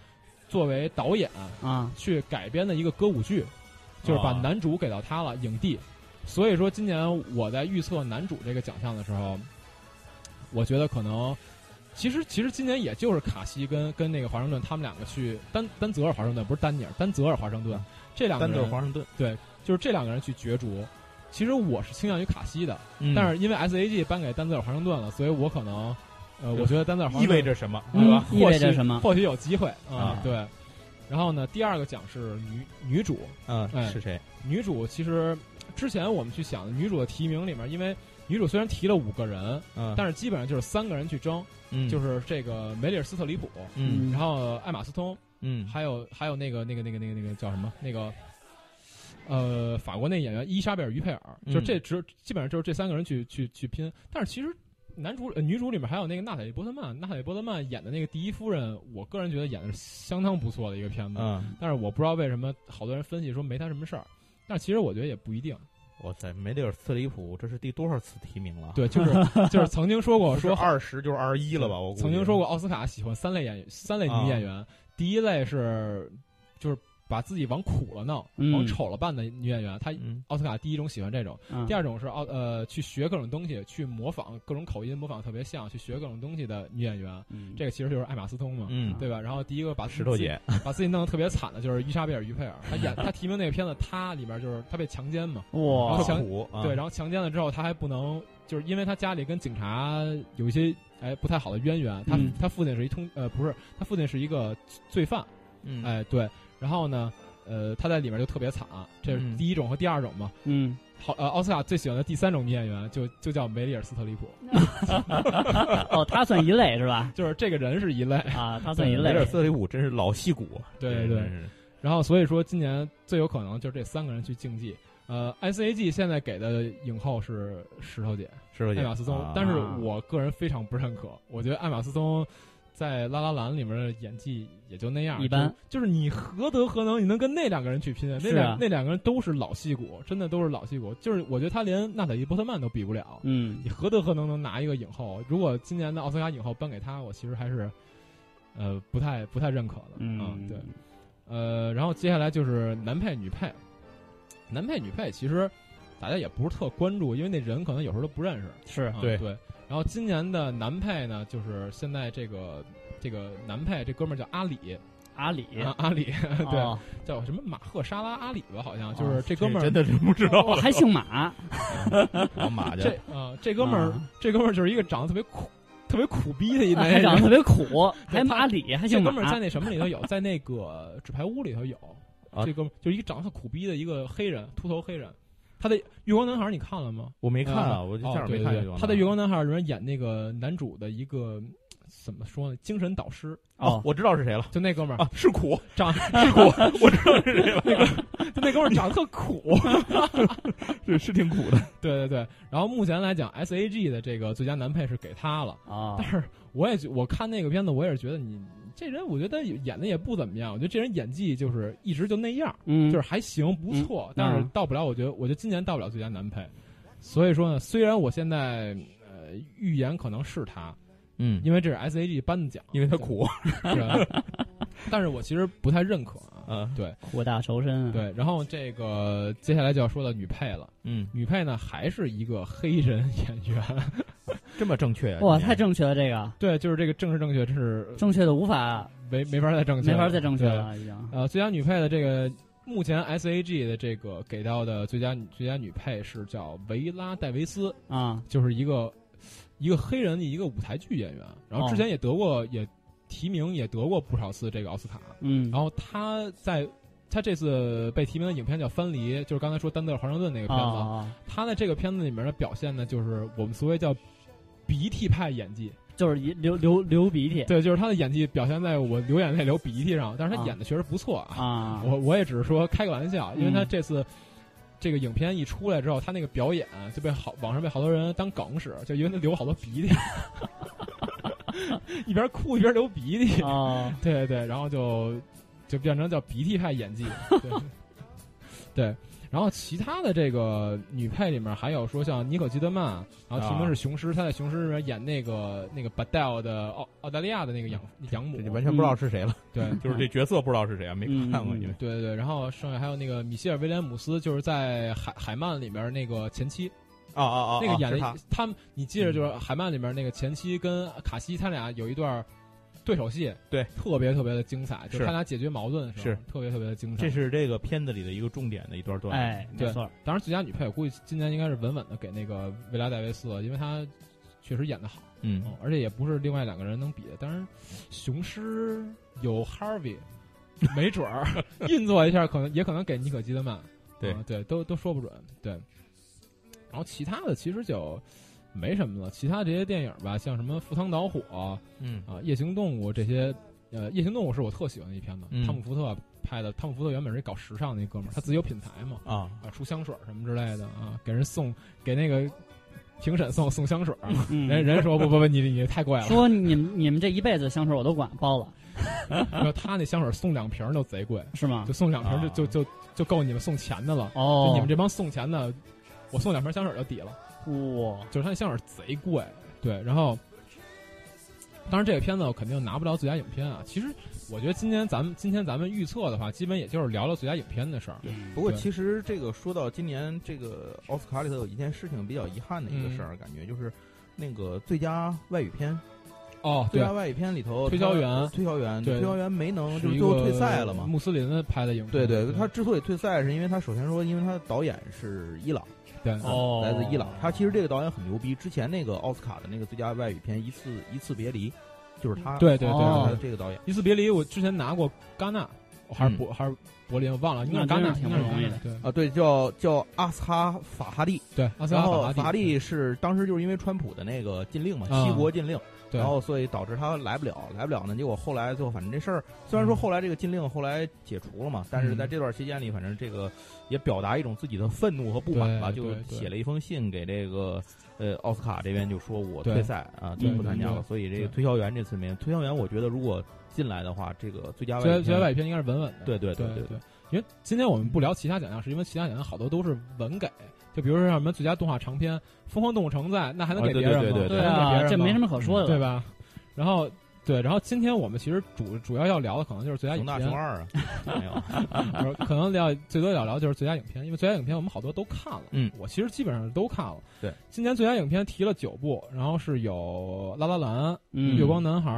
S1: 作为导演
S3: 啊，
S1: 去改编的一个歌舞剧，就是把
S2: 哦
S1: 男主给到他了，影帝。所以说，今年我在预测男主这个奖项的时候，我觉得可能，其实其实今年也就是卡西跟跟那个华盛顿他们两个去丹丹泽尔华盛顿不是丹尼尔丹泽尔华盛顿这两个
S2: 嗯丹泽
S1: 人
S2: 尔华盛顿，
S1: 就是这两个人去角逐。其实我是倾向于卡西的，
S2: 嗯
S1: 但是因为 S A G 颁给丹泽尔华盛顿了，所以我可能呃，我觉得丹泽尔华
S2: 嗯意味
S1: 盛
S2: 着什么？
S1: 对吧
S3: 嗯？意味
S1: 或
S3: 着
S1: 许
S3: 什么？
S1: 或许有机会啊
S2: 啊，
S1: 对。然后呢，第二个奖是女女主，
S2: 嗯
S1: 哎，
S2: 是谁？
S1: 女主其实之前我们去想女主的提名里面，因为女主虽然提了五个
S3: 啊
S1: 人，
S2: 嗯，
S1: 但是基本上就是三个人去争，
S3: 嗯
S2: 是
S1: 就是是这个梅里尔·斯特里普，
S2: 嗯
S1: 然后艾玛·斯通，
S2: 嗯，
S1: 还有还有那个那个那个那个那个叫什么那个。呃，法国那演员伊莎贝尔·于佩尔，
S2: 嗯
S1: 就这只基本上就是这三个人去去去拼。但是其实男主、呃女主里面还有那个娜塔莉·波特曼，娜塔莉·波特曼演的那个第一夫人，我个人觉得演的是相当不错的一个片子。
S2: 嗯，
S1: 但是我不知道为什么好多人分析说没他什么事儿，但其实我觉得也不一定。
S2: 哇塞，梅丽尔·斯特里普，这是第多少次提名了？，
S1: 对， 就是就是曾经说过说
S2: 二十就是二十一了吧？我估计啊
S1: 曾经说过奥斯卡喜欢三类演三类女演员，第一类是就是把自己往苦了弄、
S3: 嗯
S1: 往丑了办的女演员，她
S2: 嗯
S1: 奥斯卡第一种喜欢这种，
S3: 嗯
S1: 第二种是奥呃去学各种东西，去模仿各种口音，模仿特别像，去学各种东西的女演员，
S3: 嗯
S1: 这个其实就是艾玛斯通嘛。
S2: 嗯，
S1: 对吧？然后第一个把
S2: 石头
S1: 姐。
S2: 姐，
S1: 把自己弄得特别惨的就是伊莎贝尔·于佩尔，她演她提名那个片子，她里边就是她被强奸嘛，然后
S3: 哇
S1: 强
S2: 特苦，啊
S1: 对，然后强奸了之后，她还不能，就是因为她家里跟警察有一些哎不太好的渊源，她
S3: 嗯
S1: 她父亲是一通呃不是，她父亲是一个罪犯，
S2: 嗯，
S1: 哎对，然后呢，呃她在里面就特别惨，啊这是
S2: 嗯
S1: 第一种和第二种嘛。
S3: 嗯，
S1: 好，呃，奥斯卡最喜欢的第三种女演员就就叫梅丽尔·斯特里普，
S3: 哦，他算一类是吧？
S1: 就是这个人是一类，
S3: 啊，他算一
S2: 梅
S3: 类
S2: 丽尔·斯特里普真是老戏骨，
S1: 对
S2: 真
S1: 对
S2: 是，
S1: 然后所以说今年最有可能就是这三个人去竞技。呃，S.A.G 现在给的影后是石头姐，
S2: 石头姐，
S1: 艾玛斯通
S2: 啊，
S1: 但是我个人非常不认可，我觉得艾玛斯通在《拉拉兰》里面的演技也就那样，
S3: 一般
S1: 就。就是你何德何能，你能跟那两个人去拼？那
S3: 是
S1: 两、
S3: 啊
S1: 那两个人都是老戏骨，真的都是老戏骨。就是我觉得他连娜塔莉波特曼都比不了，
S3: 嗯
S1: 你何德何能能拿一个影后？如果今年的奥斯卡影后颁给他，我其实还是呃不太不太认可的。啊
S3: 嗯，
S1: 对，呃，然后接下来就是男配、女配，男配、女配其实大家也不是特关注，因为那人可能有时候都不认识。
S3: 是
S1: 啊
S2: 对
S1: 对。然后今年的男配呢，就是现在这个这个男配这哥们儿叫阿里，
S3: 阿里，
S1: 啊、阿里 对、
S3: 哦
S1: 叫什么马赫沙拉阿里吧，好像
S3: 哦
S1: 就是这哥们儿、
S2: 真的是不知道
S3: 哦
S2: 了，
S3: 还 姓马，
S2: 老马
S1: 这
S2: 家，
S1: 啊、这哥们儿、
S3: 啊
S1: 这哥们儿就是一个长得特别苦特别苦逼 的一男
S3: 还长
S1: 人。
S3: 得特别苦，
S1: 对
S3: 还
S1: 他
S3: 马里，还
S1: 这
S3: 姓
S1: 哥
S3: 马，
S1: 们儿在那什么里头有，在那个纸牌屋里头有，
S2: 啊
S1: 这哥们儿就是一个长得特苦逼的一个黑人，秃头黑人。他的《月光男孩》你看了吗？
S2: 我没看
S1: 啊
S2: 啊，我就这
S1: 哦
S2: 样
S1: 对
S2: 没
S1: 对
S2: 看
S1: 对
S2: 这个。
S1: 他在《月光男孩》里面演那个男主的一个嗯怎么说呢？精神导师，
S2: 哦
S3: 哦，，
S2: 我知道是谁了
S1: 就那哥们儿、
S2: 啊，是苦，
S1: 长，
S2: 是苦，我知道是谁了，
S1: 就那哥们儿长得特苦。
S2: 是是挺苦的，
S1: 对对对。然后目前来讲，S A G 的这个最佳男配是给他了，
S3: 哦
S1: 但，是我也觉我看那个片子，我也是觉得你这人，我觉得演的也不怎么样。我觉得这人演技就是一直就那样，
S3: 嗯，
S1: 就是还行，不错，但是
S3: 嗯
S1: 到不了，我觉得，我觉得今年到不了最佳男配。所以说呢，虽然我现在呃预言可能是他，
S2: 嗯，
S1: 因为这是 S A G 颁的奖，
S2: 因为他苦
S1: 是吧 但是我其实不太认可啊。
S2: 啊，
S3: 苦大仇深啊，
S1: 对，然后这个接下来就要说到女配了。
S2: 嗯，
S1: 女配呢，还是一个黑人演员。
S2: 这么正确啊，
S3: 哇，
S2: 今年
S3: 太正确了，这个
S1: 对，就是这个正是正确，这是
S3: 正确的无法
S1: 没没法再正确，
S3: 没法再正确
S1: 对。
S3: 了，已经，
S1: 呃，最佳女配的这个，目前 S A G 的这个给到的最佳女最佳女配是叫维拉戴维斯，
S3: 啊，
S1: 就是一个一个黑人的一个舞台剧演员，然后之前也得过、也提名也得过不少次这个奥斯卡，
S3: 嗯，
S1: 然后他在他这次被提名的影片叫《藩篱》，就是刚才说丹泽尔华盛顿那个
S3: 啊
S1: 片子。
S3: 啊，啊
S1: 他在这个片子里面的表现呢，就是我们所谓叫鼻涕派演技。
S3: 就是一流流流鼻涕
S1: 对，就是他的演技表现在我流眼泪、流鼻涕上，但是他
S3: 啊
S1: 演的确实不错啊。
S3: 啊，
S1: 我我也只是说开个玩笑，因为他
S3: 嗯
S1: 这次。这个影片一出来之后，他那个表演啊就被好网上被好多人当梗使，就因为他流好多 鼻涕， 一边哭一边流鼻涕。
S3: 哦，
S1: 对对对，然后就就变成叫鼻涕派演技，对对。然后其他的这个女配里面还有说像妮可基德曼，啊然后提
S2: 啊
S1: 名是雄狮，她在雄狮里面演那个那个巴戴尔的澳澳大利亚的那个养养母
S2: 啊这，就完全不知道是谁了，
S1: 对
S2: 就是这角色不知道是谁啊，没看过
S3: 嗯嗯
S2: 因为
S1: 对对对。然后剩下还有那个米歇尔威廉姆斯，就是在海海曼里面那个前妻，
S2: 啊啊啊，
S1: 那个
S2: 啊
S1: 演
S2: 是
S1: 的
S2: 他嗯
S1: 他们，你记着就是海曼里面那个前妻跟卡西他俩有一段对手戏，
S2: 对，
S1: 特别特别的精彩，就是他俩解决矛盾的时候
S2: 是
S1: 特别特别的精彩
S2: 这。是这个片子里的一个重点的一段段落，
S3: 哎，没
S1: 对
S3: 错，
S1: 当然，最佳女配我估计今年应该是稳稳的给那个维拉戴维斯了，因为她确实演得好，
S2: 嗯
S1: 嗯，而且也不是另外两个人能比的。当然，雄狮有 Harvey，没准儿运作一下，可能也可能给尼可基德曼，
S2: 对
S1: 啊对，都都说不准，对。然后其他的其实就没什么了，其他这些电影吧，像什么《赴汤蹈火》
S2: 嗯
S1: 啊，《夜行动物》这些，呃，《夜行动物》是我特喜欢的一片子，
S2: 嗯
S1: 汤姆·福特拍的。汤姆·福特原本是一搞时尚的一哥们儿，他自己有品牌嘛，
S2: 啊，
S1: 啊，出香水儿什么之类的啊，给人送给那个评审送送香水儿，啊
S3: 嗯
S1: 人人说不不不，你你太怪了，
S3: 说你们你们这一辈子香水我都管包了，
S1: 说他那香水儿送两瓶儿就贼贵，
S3: 是吗
S1: 就？送两瓶儿就
S2: 啊
S1: 就就就够你们送钱的了，就
S3: 哦，
S1: 你们这帮送钱的，我送两瓶儿香水儿就抵了。
S3: 哇，
S1: 就是它那香水贼贵，对，然后。当然，这个片子我肯定拿不了最佳影片啊。其实，我觉得今天咱们今天咱们预测的话，基本也就是聊聊最佳影片的事儿。
S3: 嗯
S2: 不过
S1: 对
S2: 其实这个说到今年这个奥斯卡里头有一件事情比较遗憾的一个
S1: 嗯
S2: 事儿，感觉就是那个最佳外语片，
S1: 哦，
S2: 最
S1: 对
S2: 佳，外语片里头
S1: 推销员
S2: 他呃推销员，
S1: 对
S2: 推销员没能
S1: 是
S2: 啊就是
S1: 一
S2: 最后
S1: 个
S2: 退赛了嘛。
S1: 穆斯林的拍的影片，
S2: 对
S1: 对
S2: 对，，他之所以退赛，是因为他首先说，因为他的导演是伊朗，
S1: 对
S4: 哦
S2: 来自伊朗。他其实这个导演很牛逼，之前那个奥斯卡的那个最佳外语片《一次一次别离》，就是他，
S1: 对对
S2: 他
S1: 对
S2: 的
S3: 哦
S1: 对。
S2: 这个导演。
S1: 一次别离，我之前拿过戛纳，还是柏还是柏林，我忘了，应该是戛
S3: 那
S1: 纳，
S3: 真是挺
S1: 应该是
S3: 不容易的
S1: 戛纳
S2: 啊，对，叫叫阿斯哈法哈蒂，
S1: 对对，阿斯
S2: 然
S1: 卡
S2: 后
S1: 法
S2: 法
S1: 拉
S2: 拉
S1: 第
S2: 第是当时就是因为川普的那个禁令嘛，
S1: 啊
S2: 七国禁令，
S1: 对
S2: 然后所以导致他来不了，来不了呢。结果后来最后反正这事儿虽然说
S1: 嗯
S2: 后来这个禁令后来解除了嘛，但是在这段期间里，反正这个也表达一种自己的愤怒和不满吧，
S1: 对
S2: 就
S1: 对对
S2: 写了一封信给这个呃奥斯卡这边，就说我
S1: 对
S2: 退赛啊，
S1: 对
S2: 就不参加
S1: 对
S2: 了。
S1: 对
S2: 所以这
S1: 对
S2: 个推销员这次没有，推销员我觉得如果进来的话，这个最佳外
S1: 最佳
S2: 语
S1: 最佳外
S2: 片
S1: 语片应该是稳稳的，
S2: 对对
S1: 对
S2: 对，
S1: 对，因为今天我们不聊其他奖项，是因为其他奖项好多都是文给，就比如说像什么最佳动画长片，《疯狂动物城》在，那还能给
S2: 啊对
S1: 别人吗？
S2: 对对
S3: 对
S1: 还能给别
S3: 啊，
S1: 人
S3: 这
S1: 吗
S3: 没什么可说的了，
S1: 对吧？然后对，然后今天我们其实主主要要聊的可能就是最佳影
S2: 熊大熊
S1: 片，
S2: 二啊，没有，
S1: 不是可能聊最多要聊就是最佳影片，因为最佳影片我们好多都看了，
S2: 嗯，
S1: 我其实基本上都看了。
S2: 对，
S1: 今年最佳影片提了九部，然后是有《拉拉兰》
S3: 嗯，
S1: 月光男孩》，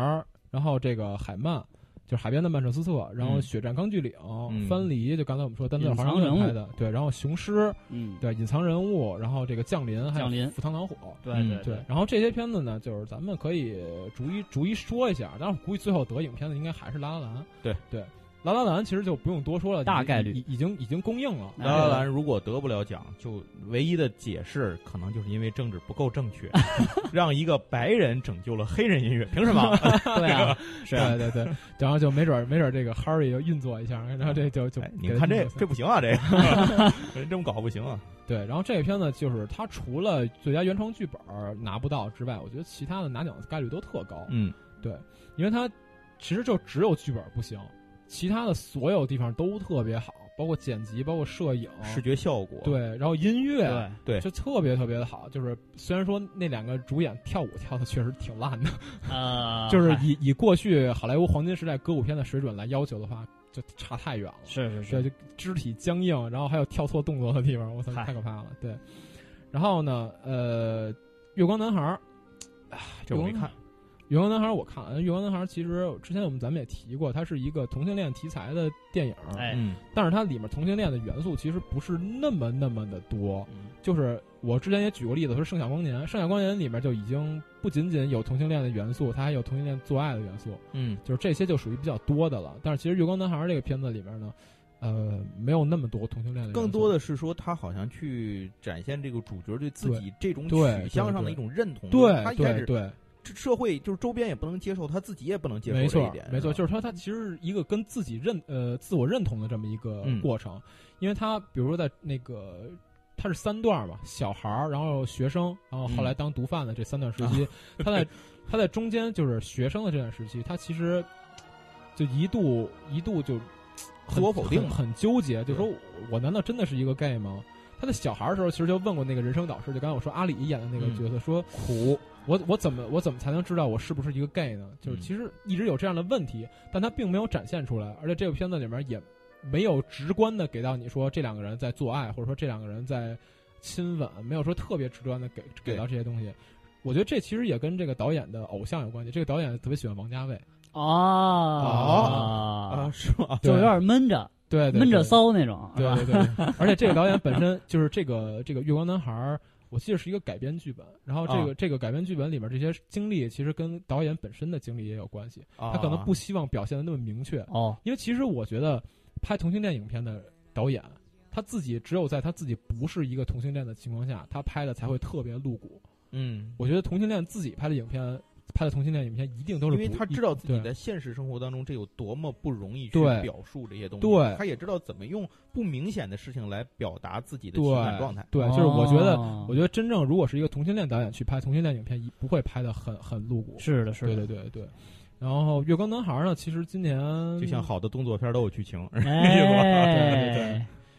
S1: 然后这个《海曼》。就是海边的曼彻斯特，然后《
S2: 嗯
S1: 血战钢锯岭》
S2: 嗯
S1: 藩篱》，就刚才我们说丹泽尔·
S3: 隐
S1: 华
S3: 藏
S1: 盛顿
S3: 人物
S1: 拍的，对，然后《雄狮》，
S3: 嗯，
S1: 对，隐藏人物，然后这个降临，还有
S3: 降临
S1: 赴汤蹈火，
S3: 对
S2: 嗯
S3: 对
S1: 对，啊然后这些片子呢，就是咱们可以逐一逐一说一下，但是我估计最后得影片的应该还是《拉拉兰》。
S2: 对
S1: 对，《拉拉兰》其实就不用多说了，
S3: 大
S1: 已
S3: 概率哎
S1: 已已经已经公映了。
S3: 那
S2: 拉拉兰如果得不了奖，就唯一的解释可能就是因为政治不够正 确，让一个白人拯救了黑人音乐，凭什么？
S3: 对啊，是啊
S1: 对对对，然后就没准儿没准儿这个 Harry 就运作一下，然后这就就
S2: 哎
S1: 给
S2: 你
S1: 他
S2: 们看这
S1: 运作
S2: 这不行啊，这 个人这么搞不行啊。
S1: 对，然后这个片子就是它除了最佳原创剧本儿拿不到之外，我觉得其他的拿奖的概率都特高。
S2: 嗯，
S1: 因为它其实就只有剧本不行，其他的所有地方都特别好，包括剪辑，包括摄影，
S2: 视觉效果，
S1: 哦对，然后音乐，啊
S3: 对，
S2: 对
S1: 就特别特别的好。就是虽然说那两个主演跳舞跳的确实挺烂的，
S3: 呃，
S1: 就是
S3: 嗨
S1: 以以过去好莱坞黄金时代歌舞片的水准来要求的话，就差太远了。
S3: 是是
S1: 对，
S3: 是，
S1: 就肢体僵硬，然后还有跳错动作的地方，我操，
S3: 嗨
S1: 太可怕了。对，然后呢，呃，月光男孩儿。啊
S2: 这我没看。
S1: 月光男孩，我看了《月光男孩》，其实之前我们咱们也提过，它是一个同性恋题材的电影，
S3: 哎
S2: 嗯
S1: 但是它里面同性恋的元素其实不是那么那么的多。
S3: 嗯
S1: 就是我之前也举过例子，说《盛夏光年》，《盛夏光年》里面就已经不仅仅有同性恋的元素，它还有同性恋做爱的元素，
S2: 嗯，
S1: 就是这些就属于比较多的了。但是其实《月光男孩》这个片子里面呢，呃，没有那么多同性恋的元素，
S2: 更多的是说他好像去展现这个主角对自己这种
S1: 对
S2: 取向上的
S1: 对
S2: 一种认同。
S1: 对
S2: 他一开
S1: 对
S2: 始
S1: 对，
S2: 这社会就是周边也不能接受，他自己也不能接
S1: 没
S2: 受这
S1: 错
S2: 一点，，啊
S1: 没错，
S2: 是吧
S1: 就是说他其实是一个跟自己认呃自我认同的这么一个
S2: 嗯
S1: 过程，因为他比如说在那个他是三段嘛，小孩儿，然后学生，然后
S2: 嗯
S1: 后来当毒贩的这三段
S2: 啊
S1: 时 期，他在他在中间就是学生的这段时期，他其实就一度一度就很
S2: 自我否定
S1: 很
S2: 嘛
S1: 很纠结，就说我我难道真的是一个 gay 吗？他在小孩儿的时候，其实就问过那个人生导师，就刚才我说阿里演的那个
S2: 嗯
S1: 角色，说苦，我我怎么我怎么才能知道我是不是一个 gay 呢？就是
S2: 嗯
S1: 其实一直有这样的问题，但他并没有展现出来，而且这部片子里面也没有直观的给到你说这两个人在做爱，或者说这两个人在亲吻，没有说特别直观的给给
S2: 对
S1: 到这些东西。我觉得这其实也跟这个导演的偶像有关系。这个导演特别喜欢王家卫，
S3: 哦
S2: 啊，，是吗？
S3: 就有
S1: 对
S3: 点闷着
S1: 对对
S3: 闷着
S1: 对
S3: 骚那种，是
S1: 对
S3: 吧？
S1: 对对，而且这个导演本身就是这个这个《月光男孩》，我记得是一个改编剧本，然后这个、
S2: 啊
S1: 这个改编剧本里面这些经历其实跟导演本身的经历也有关系，
S2: 啊
S1: 他可能不希望表现的那么明确，
S3: 哦，
S1: 因为其实我觉得拍同性恋影片的导演，他自己只有在他自己不是一个同性恋的情况下，他拍的才会特别露骨。
S2: 嗯，
S1: 我觉得同性恋自己拍的影片，拍的同性恋影片一定都是
S2: 因为
S1: 不
S2: 他知道自己
S1: 对
S2: 在现实生活当中这有多么不容易去
S1: 对
S2: 表述这些东西，
S1: 对
S2: 他也知道怎么用不明显的事情来表达自己的
S1: 对
S2: 情感状态。
S1: 对，就是我觉得，
S3: 哦
S1: 我觉得真正如果是一个同性恋导演去拍同性恋影片，一不会拍的很很露骨。
S3: 是的，是
S1: 对
S3: 的，
S1: 对对对。然后《月光男孩》呢，其实今年
S2: 就像好的动作片都有剧情，
S1: 对对
S3: 哎
S1: 对，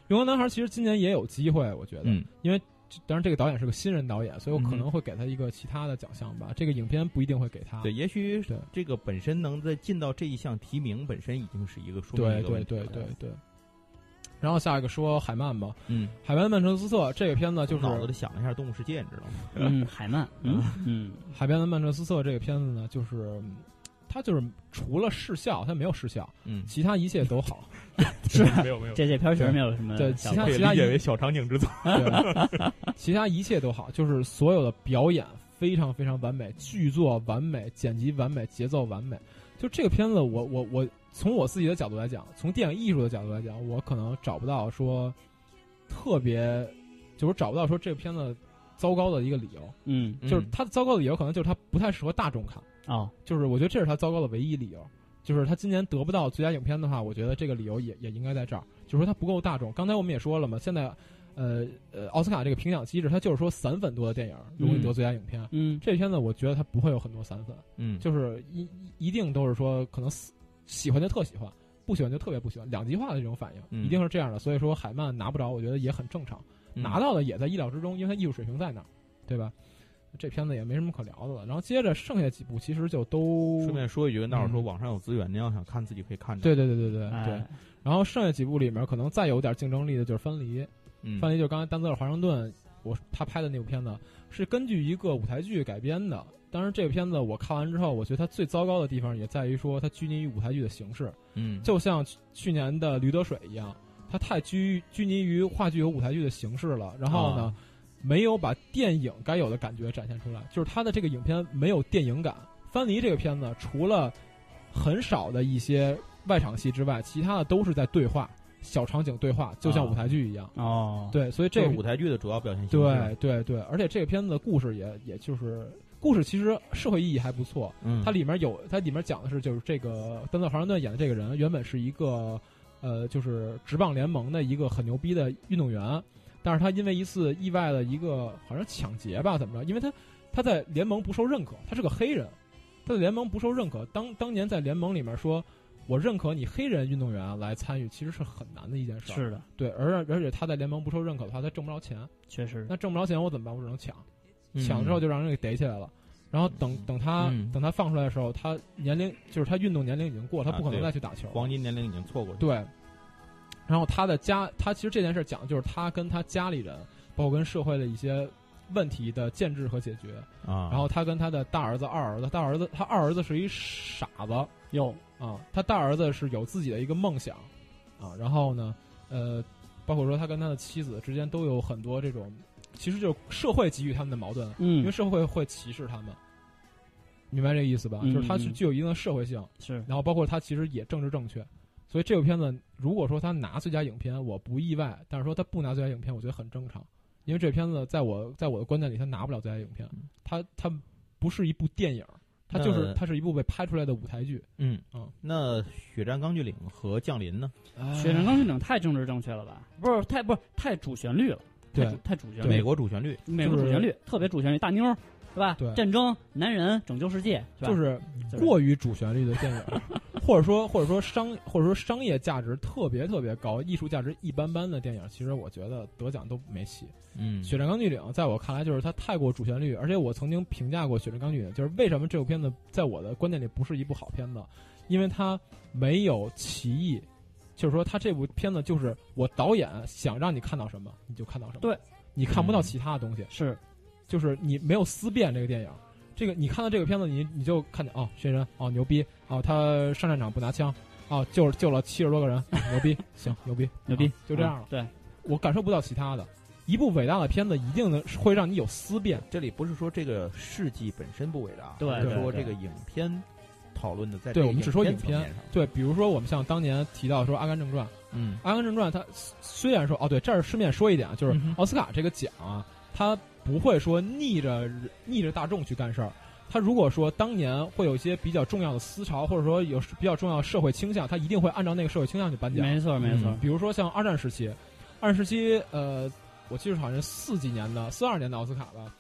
S1: 月光男孩》其实今年也有机会，我觉得，
S2: 嗯
S1: 因为这当然这个导演是个新人导演，所以我可
S2: 嗯
S1: 能会给他一个其他的奖项吧。这个影片不一定会给他。
S2: 对，也许
S1: 对
S2: 这个本身能在进到这一项提名本身已经是一个说明
S1: 对
S2: 一个
S1: 对
S2: 问题
S1: 对
S2: 了
S1: 对对。然后下一个说海曼吧，
S2: 嗯，
S1: 《海曼曼彻斯特》这个片子就是
S2: 脑子
S1: 《
S2: 里想了一下《动物世界》，你知道吗？
S3: 嗯，海 曼，嗯嗯，
S1: 海边的曼彻斯特》这个片子呢，就是嗯它就是除了视效，它没有视效，
S2: 嗯，
S1: 其他一切都好。
S4: 是没有没有，
S3: 这这片儿确实没有什么
S1: 对
S3: 效
S1: 其
S3: 果
S1: 他
S4: 可以理解为小场景之作。
S1: 对，其他一切都好，就是所有的表演非常非常完美，剧作完美，剪辑完美，节奏完美。就这个片子我，我我从我自己的角度来讲，从电影艺术的角度来讲，我可能找不到说特别，就是找不到说这个片子糟糕的一个理由。
S3: 嗯
S1: 就是它的糟糕的理由，可能就是它不太适合大众看。
S3: 哦，
S1: 就是我觉得这是他糟糕的唯一理由。就是他今年得不到最佳影片的话，我觉得这个理由也也应该在这儿，就是说他不够大众。刚才我们也说了嘛，现在，呃呃，奥斯卡这个评奖机制，它就是说散粉多的电影容易得最佳影片。
S3: 嗯
S1: 这片子我觉得它不会有很多散粉，
S2: 嗯，
S1: 就是一一一定都是说可能喜喜欢就特喜欢，不喜欢就特别不喜欢，两极化的这种反应、
S2: 嗯
S1: 一定是这样的。所以说海曼拿不着，我觉得也很正常，
S2: 嗯
S1: 拿到的也在意料之中，因为他艺术水平在那儿，对吧？这片子也没什么可聊的了。然后接着剩下几部其实就都
S2: 顺便说一句，那会儿说
S1: 嗯
S2: 网上有资源，您要想看自己可以看着。
S1: 对对对对对对
S3: 哎。
S1: 然后剩下几部里面，可能再有点竞争力的就是《分离》，
S2: 嗯，
S1: 范例就是刚才丹泽尔·华盛顿，我他拍的那部片子是根据一个舞台剧改编的。当然，这个片子我看完之后，我觉得它最糟糕的地方也在于说它拘泥于舞台剧的形式，
S2: 嗯，
S1: 就像去去年的《驴得水》一样，它太拘拘泥于话剧和舞台剧的形式了。然后
S2: 啊
S1: 呢，没有把电影该有的感觉展现出来，就是它的这个影片没有电影感。《翻离》这个片子，除了很少的一些外场戏之外，其他的都是在对话、小场景对话，就像
S2: 啊
S1: 舞台剧一样。
S3: 哦，
S1: 对，所以这
S2: 这
S1: 个
S2: 是舞台剧的主要表现形式。
S1: 对对对，而且这个片子的故事也也就是故事其实社会意义还不错，
S2: 嗯，
S1: 它里面有它里面讲的是就是这个丹泽尔华盛顿演的这个人原本是一个呃就是职棒联盟的一个很牛逼的运动员，但是他因为一次意外的一个好像抢劫吧怎么着，因为他他在联盟不受认可，他是个黑人，他在联盟不受认可，当当年在联盟里面说。我认可你黑人运动员来参与，其实是很难的一件事儿。
S3: 是的，
S1: 对，而而且他在联盟不受认可的话，他挣不着钱。
S3: 确实
S1: 那挣不着钱，我怎么办？我只能抢，
S2: 嗯
S1: 抢之后就让人给逮起来了。然后等等他、
S2: 嗯
S1: 等他放出来的时候，他年龄就是他运动年龄已经过，他不可能
S2: 啊对
S1: 再去打球。
S2: 黄金年龄已经错过去了。
S1: 对。然后他的家，他其实这件事讲的就是他跟他家里人，包括跟社会的一些问题的建制和解决。
S2: 啊，
S1: 然后他跟他的大儿子、二儿子，大儿子他二儿子是一傻子，
S3: 有
S1: 啊，他大儿子是有自己的一个梦想啊，然后呢，呃，包括说他跟他的妻子之间都有很多这种，其实就是社会给予他们的矛盾，因为
S3: 嗯
S1: 社会会歧视他们，明白这个意思吧？
S3: 嗯
S1: 就是他
S3: 嗯
S1: 是
S3: 嗯
S1: 具有一定的社会性，
S3: 是
S1: 然后包括他其实也政治正确，所以这部片子如果说他拿最佳影片，我不意外，但是说他不拿最佳影片，我觉得很正常，因为这片子在我在我的观念里，他拿不了最佳影片，他他不是一部电影，它就是
S2: 那
S3: 嗯
S1: 它是一部被拍出来的舞台剧。
S2: 嗯
S1: 嗯，
S2: 那《血战钢锯岭》和《降临》呢？
S3: 血战钢锯岭太政治正确了吧？不是太不是太主旋律了，太
S1: 对
S3: 主太主旋
S2: 美
S3: 律，
S2: 国主旋律，
S3: 美国主旋律特别主旋律，大妞儿是吧
S1: 对？
S3: 战争、男人拯救世界，是吧？
S1: 就是
S3: 就是
S1: 过于主旋律的电影， 或者说或者说商或者说商业价值特别特别高，艺术价值一般般的电影，其实我觉得得奖都没戏。
S2: 嗯，
S1: 《血战钢锯岭》在我看来就是它太过主旋律，而且我曾经评价过《血战钢锯岭》，就是为什么这部片子在我的观念里不是一部好片子，因为它没有歧义，就是说它这部片子就是我导演想让你看到什么你就看到什么，
S3: 对，
S1: 你看不到
S2: 嗯
S1: 其他的东西，
S3: 是
S1: 就是你没有思辨这个电影。这个你看到这个片子，你你就看见哦，这人哦牛逼哦，他上战场不拿枪哦，救哦救了七十多个人，牛逼，行牛逼
S3: 牛逼嗯
S1: 啊，就这样了。
S3: 对，
S1: 我感受不到其他的，一部伟大的片子一定能会让你有思辨。
S2: 这里不是说这个事迹本身不伟大，啊
S3: 对
S2: 而是
S3: 对
S2: 说
S3: 对
S2: 这个影片讨论的在
S1: 对
S2: 这个
S1: 我们只说
S2: 影
S1: 影片
S2: 层面上
S1: 对，比如说我们像当年提到说《阿甘正传》，《
S2: 嗯，
S1: 阿甘正传》它虽然说哦对，这儿顺便说一点啊，就是
S2: 嗯哼
S1: 奥斯卡这个奖啊，它不会说逆着逆着大众去干事儿。它如果说当年会有一些比较重要的思潮，或者说有比较重要的社会倾向，它一定会按照那个社会倾向去颁奖。
S3: 没错没错
S2: 嗯，
S1: 比如说像二战时期，二战时期，呃，我记得好像是四几年的，四二年的奥斯卡吧，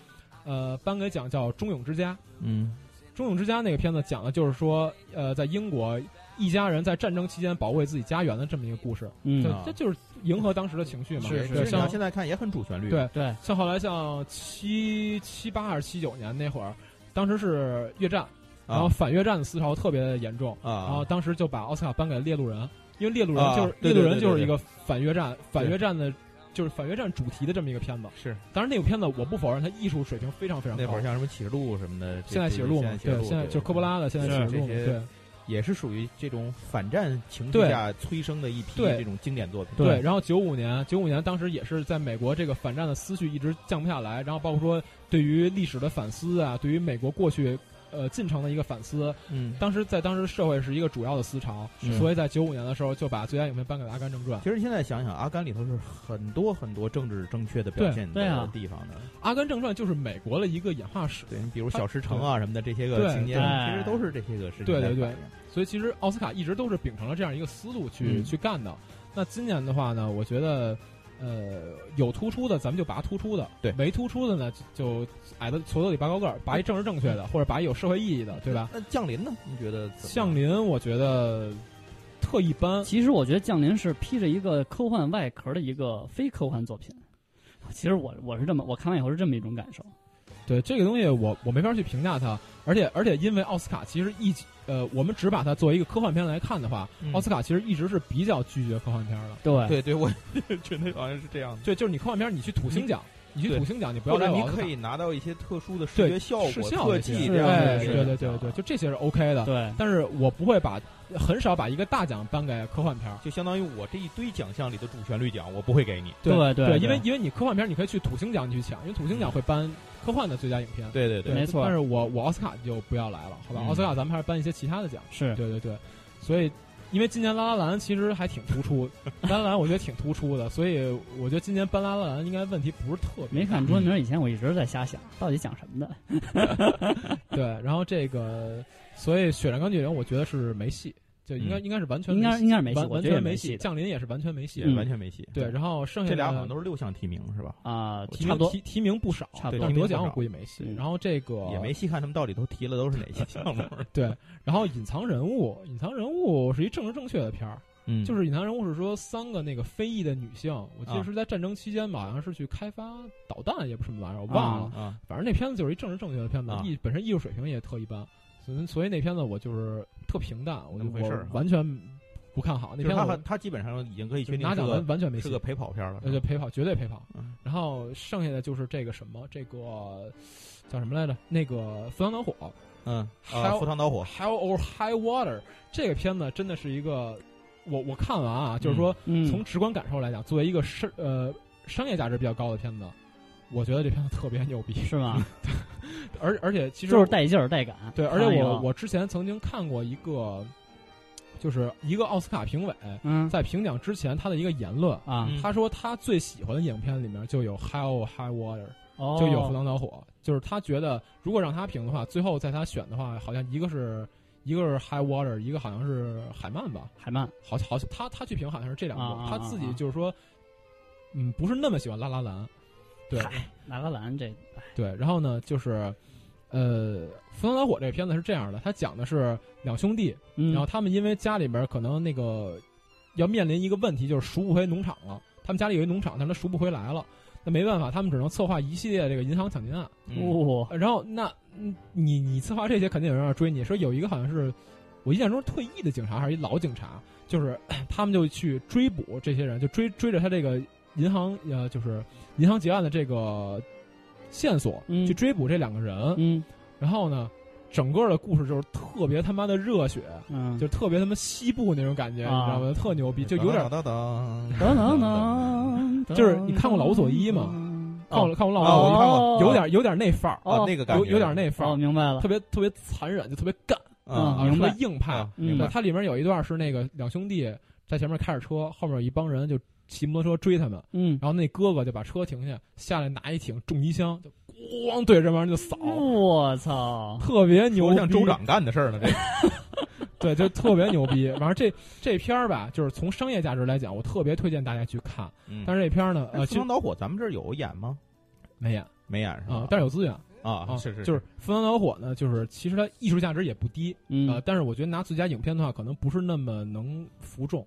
S1: 呃，颁给奖叫《忠勇之家》。
S2: 嗯
S1: 《忠勇之家》那个片子讲的就是说，呃，在英国一家人在战争期间保卫自己家园的这么一个故事，
S3: 嗯
S1: 对
S2: 啊，
S1: 这就是迎合当时的情绪嘛。对
S2: 是是，你要
S1: 像
S2: 现在看也很主旋律，啊
S1: 对
S3: 对，
S1: 像后来像七七八还是七九年那会儿，当时是越战，然后
S2: 啊
S1: 反越战的思潮特别严重，然后
S2: 啊，
S1: 当时就把奥斯卡颁给了猎鹿人，因为猎鹿人
S2: 啊
S1: 就是、
S2: 对
S1: 猎
S2: 对
S1: 鹿
S2: 对
S1: 人
S2: 对
S1: 就是
S2: 对
S1: 一个反越战、反越战的，就是反越战主题的这么一个片子。
S2: 是
S1: 当然，那部片子我不否认它艺术水平非常非常高。
S2: 那会儿像什么启示录什么的，这
S1: 现在
S2: 这
S1: 启示录嘛
S2: 现，在
S1: 对，
S2: 启示
S1: 现在
S2: 录
S1: 就是科波拉的，现在启
S2: 是
S1: 示录嘛，
S2: 这些
S1: 对
S2: 也是属于这种反战情绪
S1: 对
S2: 下催生的一批
S1: 对
S2: 这种经典作品，
S1: 对。然后九五年，九五年当时也是在美国这个反战的思绪一直降不下来，然后包括说对于历史的反思啊，对于美国过去呃进程的一个反思，
S2: 嗯，
S1: 当时在当时社会是一个主要的思潮，
S2: 是
S1: 所以在九五年的时候就把最佳影片颁给了《阿甘正传》。
S2: 其实现在想想，《阿甘》里头是很多很多政治正确的表
S1: 对
S2: 现
S3: 对啊
S2: 的地方的。
S1: 《阿甘正传》就是美国的一个演化史，
S2: 对，你比如小石城啊什么的这些个
S1: 对哎
S2: 情节，
S3: 对
S2: 其实都是这些个事情
S1: 对对
S2: 在反
S1: 对
S2: 映。
S1: 所以其实奥斯卡一直都是秉承了这样一个思路去、
S2: 嗯
S1: 去干的。那今年的话呢，我觉得。呃，有突出的咱们就拔突出的，
S2: 对
S1: 没突出的呢就就矮的矬子里拔高个儿，拔一政治正确的，或者拔一有社会意义的，对吧？
S2: 那？那降临呢？你觉得怎么样
S1: 降？临我觉得特一般，
S3: 其实我觉得《降临》是披着一个科幻外壳的一个非科幻作品。其实我我是这么，我看完以后是这么一种感受。
S1: 对这个东西我我没法去评价它，而且而且因为奥斯卡其实一呃，我们只把它作为一个科幻片来看的话，
S2: 嗯
S1: 奥斯卡其实一直是比较拒绝科幻片的，
S3: 对
S2: 对对，我 觉得好像是这样的。
S1: 对，就是你科幻片你去土星奖，你去
S2: 嗯对
S1: 土星奖，你不要
S2: 或
S1: 来
S2: 者
S1: 我
S2: 你
S1: 奥斯卡
S2: 可以拿到一些特殊的视
S1: 对
S2: 觉效
S1: 视
S2: 果、
S1: 效
S2: 特
S1: 那些
S2: 技
S3: 是
S2: 这样的
S1: 哎，对
S2: 事情。
S1: 对对对，就这些是 OK 的。
S3: 对
S1: 但是我不会把很少把一个大奖颁给科幻片儿，
S2: 就相当于我这一堆奖项里的主旋律奖，我不会给你。
S3: 对对
S1: 对，因为因为你科幻片儿你可以去土星奖你去抢，因为土星奖会颁科幻的最佳影片。
S2: 对对对，
S3: 没错
S1: 但是我我奥斯卡就不要来了，好吧？
S2: 嗯
S1: 奥斯卡咱们还是颁一些其他的奖。
S3: 是
S1: 对对对，所以。因为今年拉拉兰其实还挺突出，拉拉兰我觉得挺突出的，所以我觉得今年颁拉拉兰应该问题不是特别
S3: 没
S1: 大
S3: 看桌名，以前我一直在瞎想，到底讲什么的。
S1: 对，然后这个，所以《血战钢锯人》我觉得是没戏，就应该、
S2: 嗯
S1: 应该是完全
S3: 应该
S1: 没戏
S3: 应该是没戏，
S1: 完
S3: 我
S1: 完
S3: 觉得也
S1: 全
S3: 没
S1: 戏，
S3: 戏的
S1: 降临也是完全没戏。
S2: 也
S3: 嗯
S2: 完全没戏。
S1: 对，然后剩下
S2: 这
S1: 的
S2: 俩好像都是六项提名是吧？
S3: 啊，
S1: 提
S3: 差
S1: 名
S3: 不多
S1: 提提名不少，
S3: 差不
S1: 对
S3: 多
S1: 但是得
S2: 提名
S1: 奖
S2: 不
S1: 我
S2: 少
S1: 估计没戏。
S3: 嗯
S1: 然后这个
S2: 也没，细看他们到底都提了都是哪些项 目。
S1: 对，然后隐藏人物，隐藏人物是一政治正确的片儿，
S2: 嗯，
S1: 就是隐藏人物是说三个那个非裔的女性，我记得
S2: 啊
S1: 是在战争期间吧，好像是去开发导弹，也不是什么玩意儿，我忘了。
S3: 啊
S2: 啊，
S1: 反正那片子就是一政治正确的片子
S2: 啊，
S1: 艺、本身艺术水平也特一般，所以所以那片子我就是特平淡，我
S2: 那么回事儿啊
S1: 我完全不看好。那
S2: 就是
S1: 片
S2: 他
S1: 子
S2: 和他基本上已经可以
S1: 我
S2: 确定
S1: 拿
S2: 是
S1: 奖
S2: 个
S1: 完完全没
S2: 是
S1: 戏
S2: 个，陪跑片了。
S1: 呃，对，陪跑绝对陪跑
S2: 嗯。
S1: 然后剩下的就是这个什么，这个叫什么来着？那个《赴汤蹈火
S2: 嗯，
S1: 还
S2: 啊，
S1: 有
S2: 赴汤蹈火，》
S1: （Hell or High Water） 这个片子真的是一个，我我看完啊，就是说
S3: 嗯，
S1: 从直观感受来讲，作为一个商呃商业价值比较高的片子，我觉得这片子特别牛逼，
S3: 是吗？
S1: 而而且其实
S3: 就是带劲儿带感。
S1: 对，而且
S3: 看完以
S1: 我
S3: 后
S1: 我之前曾经看过一个，就是一个奥斯卡评委
S3: 嗯
S1: 在评奖之前他的一个言论，
S3: 啊
S2: 嗯
S1: 他说他最喜欢的影片里面就有《Hell High Water》，
S3: 哦
S1: 就有《赴汤蹈火》，就是他觉得如果让他评的话，最后在他选的话，好像一个是一个是 High Water，一个好像是海曼吧，
S3: 海曼
S1: 好像好像他他去评好像是这两部，
S3: 啊啊啊
S1: 他自己就是说，嗯，不是那么喜欢拉拉兰，对
S3: 拉拉兰这
S1: 对，然后呢就是。呃，《赴汤蹈火》这个片子是这样的，他讲的是两兄弟，
S3: 嗯
S1: 然后他们因为家里边儿可能那个要面临一个问题，就是赎不回农场了。他们家里有一农场，但是他赎不回来了，那没办法，他们只能策划一系列这个银行抢劫案。
S2: 嗯
S3: 哦
S1: 呃然后那嗯你你策划这些，肯定有人要追你。说有一个好像是我印象中是退役的警察还是一老警察，就是 咳他们就去追捕这些人，就追追着他这个银行呃就是银行劫案的这个线索、
S3: 嗯
S1: 去追捕这两个人。
S3: 嗯
S1: 然后呢，整个的故事就是特别他妈的热血。
S3: 嗯，
S1: 就特别他妈西部那种感觉，
S3: 啊
S1: 你知道吗？特牛逼，就有点
S2: 噔噔噔噔
S3: 等等等，
S1: 嗯就是你看过老无所依吗？看
S3: 嗯哦
S1: 过看过浪
S2: 哦
S1: 漫
S2: 我看过
S1: 吗？有点有点那范儿，
S2: 啊
S3: 哦，
S2: 那个感
S1: 有
S2: 觉
S1: 有点那范
S3: 哦，
S1: 儿，
S3: 明白了
S1: 特。别特别残忍，就特别干
S2: 啊
S1: 啊，
S3: 明
S1: 特
S3: 白
S1: 别硬派。
S2: 啊明
S1: 对，
S2: 白
S1: 它里面有一段是那个两兄弟在前面开着车，后面有一帮人就骑摩托车追他们，
S3: 嗯，
S1: 然后那哥哥就把车停下，下来拿一挺重机枪，就咣对着这帮人就扫，
S3: 嗯我操，
S1: 特别牛
S2: 说
S1: 逼，
S2: 像州长干的事儿呢，这 个
S1: 对，就特别牛逼。反正这这片儿吧，就是从商业价值来讲，我特别推荐大家去看。
S2: 嗯
S1: 但是这片儿呢，
S2: 哎
S1: 呃，
S2: 赴
S1: 其实
S2: 汤蹈火，咱们这儿有演吗？
S1: 没演
S2: 没演是吧？
S1: 啊，但是有资源
S2: 啊
S1: 啊，
S2: 是是
S1: 就是《赴汤蹈火》呢，就是其实它艺术价值也不低啊，
S3: 嗯，
S1: 但是我觉得拿最佳影片的话，可能不是那么能服众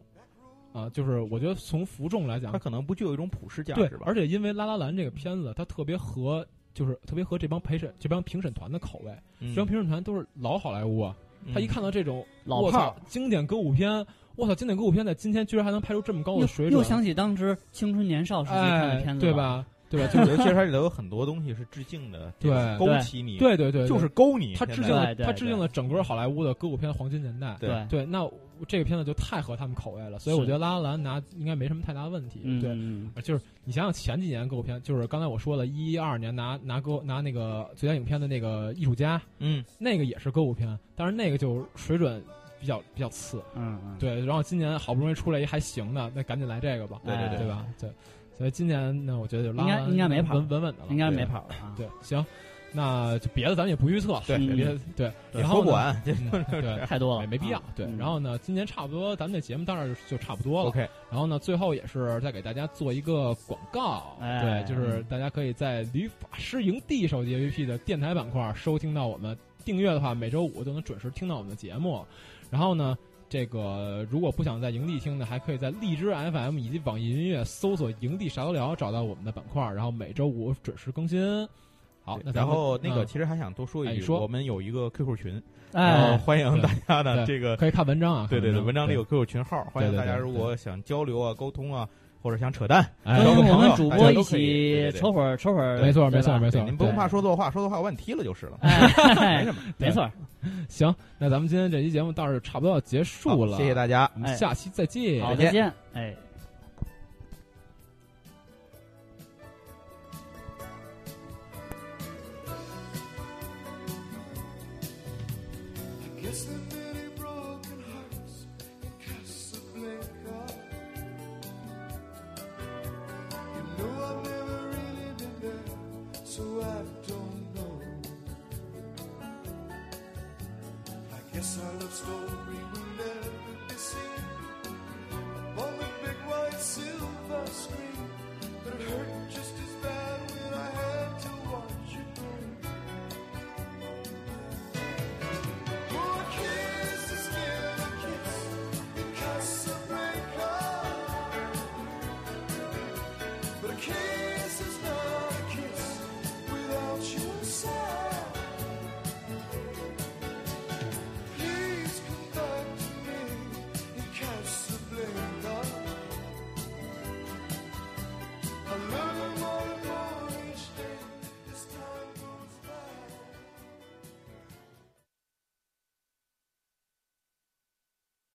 S1: 啊，就是我觉得从服众来
S2: 它
S1: 讲，
S2: 可能不具有一种普世价
S1: 对
S2: 值，吧
S1: 而？且因为《拉拉兰》这个片子，它特别合。就是特别合这帮陪审、这帮评审团的口味，
S2: 嗯
S1: 这帮评审团都是老好莱坞啊，他一看到这种
S3: 老
S1: 我
S3: 炮
S1: 操
S3: 儿
S1: 经典歌舞片，我操经典歌舞片在今天居然还能拍出这么高
S3: 又
S1: 的水准，
S3: 又想起当时青春年少时期看的
S1: 哎
S3: 片，子，
S1: 对？吧？对吧？就
S2: 就是是其实它里头有很多东西是致敬的，这
S1: 对
S2: 种勾起你，，
S1: 对对对，对
S2: 就是勾你。
S1: 他致
S2: 现
S1: 敬
S2: 在
S1: 了，
S3: 对对
S1: 他致敬了整个好莱坞的歌舞片黄金年代。
S2: 对
S3: 对，
S1: 对，那我这个片子就太合他们口味了，所以
S3: 是
S1: 我觉得《拉拉兰》拿应该没什么太大问题。
S3: 嗯，
S1: 对，
S3: 嗯
S1: 呃就是你想想前几年歌舞片，就是刚才我说了，一二年拿拿歌拿那个最佳影片的那个艺术家，
S2: 嗯，
S1: 那个也是歌舞片，但是那个就水准比较比较次。
S3: 嗯，
S1: 对，然后今年好不容易出来一还行的，那赶紧来这个吧，
S2: 对对
S1: 对
S2: 对
S1: 吧？对，所以今年呢，我觉得就拉
S3: 应该
S1: 完
S3: 应该没跑
S1: 稳稳稳的了，
S3: 应该
S1: 对
S3: 没。跑了啊。
S1: 对，行，那就别的咱们也不预测了，
S2: 对
S1: 别
S3: 嗯
S1: 的对，
S2: 你
S1: 然后
S2: 多
S1: 呢嗯
S2: 管这
S1: 对。
S3: 太多了，
S1: 也哎没必要
S3: 啊，
S1: 对。
S3: 嗯
S1: 然后呢，今年差不多，咱们这节目到这儿就就差不多了。
S2: OK，
S1: 然后呢，最后也是再给大家做一个广告，
S3: 哎
S1: 对，就是大家可以在《旅法师营地》手机 APP 的电台板块收听到我们订阅的话，每周五就能准时听到我们的节目。然后呢，这个如果不想在营地听的，还可以在荔枝 FM 以及网易云音乐搜索“营地啥都聊”，找到我们的板块，然后每周五准时更新。好，那咱
S2: 然
S1: 们
S2: 后那个
S1: 嗯
S2: 其实还想多说
S1: 哎
S2: 一
S1: 你
S2: 句，
S1: 说
S2: 我们有一个 QQ 群，然后
S3: 哎，
S2: 欢迎大家的
S1: 对
S2: 这个，
S1: 可以看文章啊，
S2: 对对对，
S1: 看
S2: 文章里有 QQ 群号，欢迎
S1: 对对
S2: 大
S1: 对
S2: 家如果想交流啊、沟通啊，或者想扯淡，
S1: 哎
S2: 交
S3: 跟
S2: 个
S3: 我
S2: 朋
S3: 们
S2: 友
S3: 主
S2: 大
S3: 播
S2: 家
S3: 一
S2: 都可
S3: 起
S2: 以对对对
S3: 抽会儿抽会儿，
S1: 没错
S3: 对
S1: 没
S3: 吧
S1: 错没错，
S2: 对您不用
S1: 对
S2: 怕说错话，说错话我把你踢了就是了，没
S3: 哎
S2: 什，么。
S3: 没错儿，
S1: 行，那咱们今天这期节目到这儿就差不多要结束
S2: 好
S1: 了，
S2: 谢谢大家。
S1: 我们
S3: 哎
S1: 下期再见，
S3: 好，
S2: 再
S3: 再见，哎。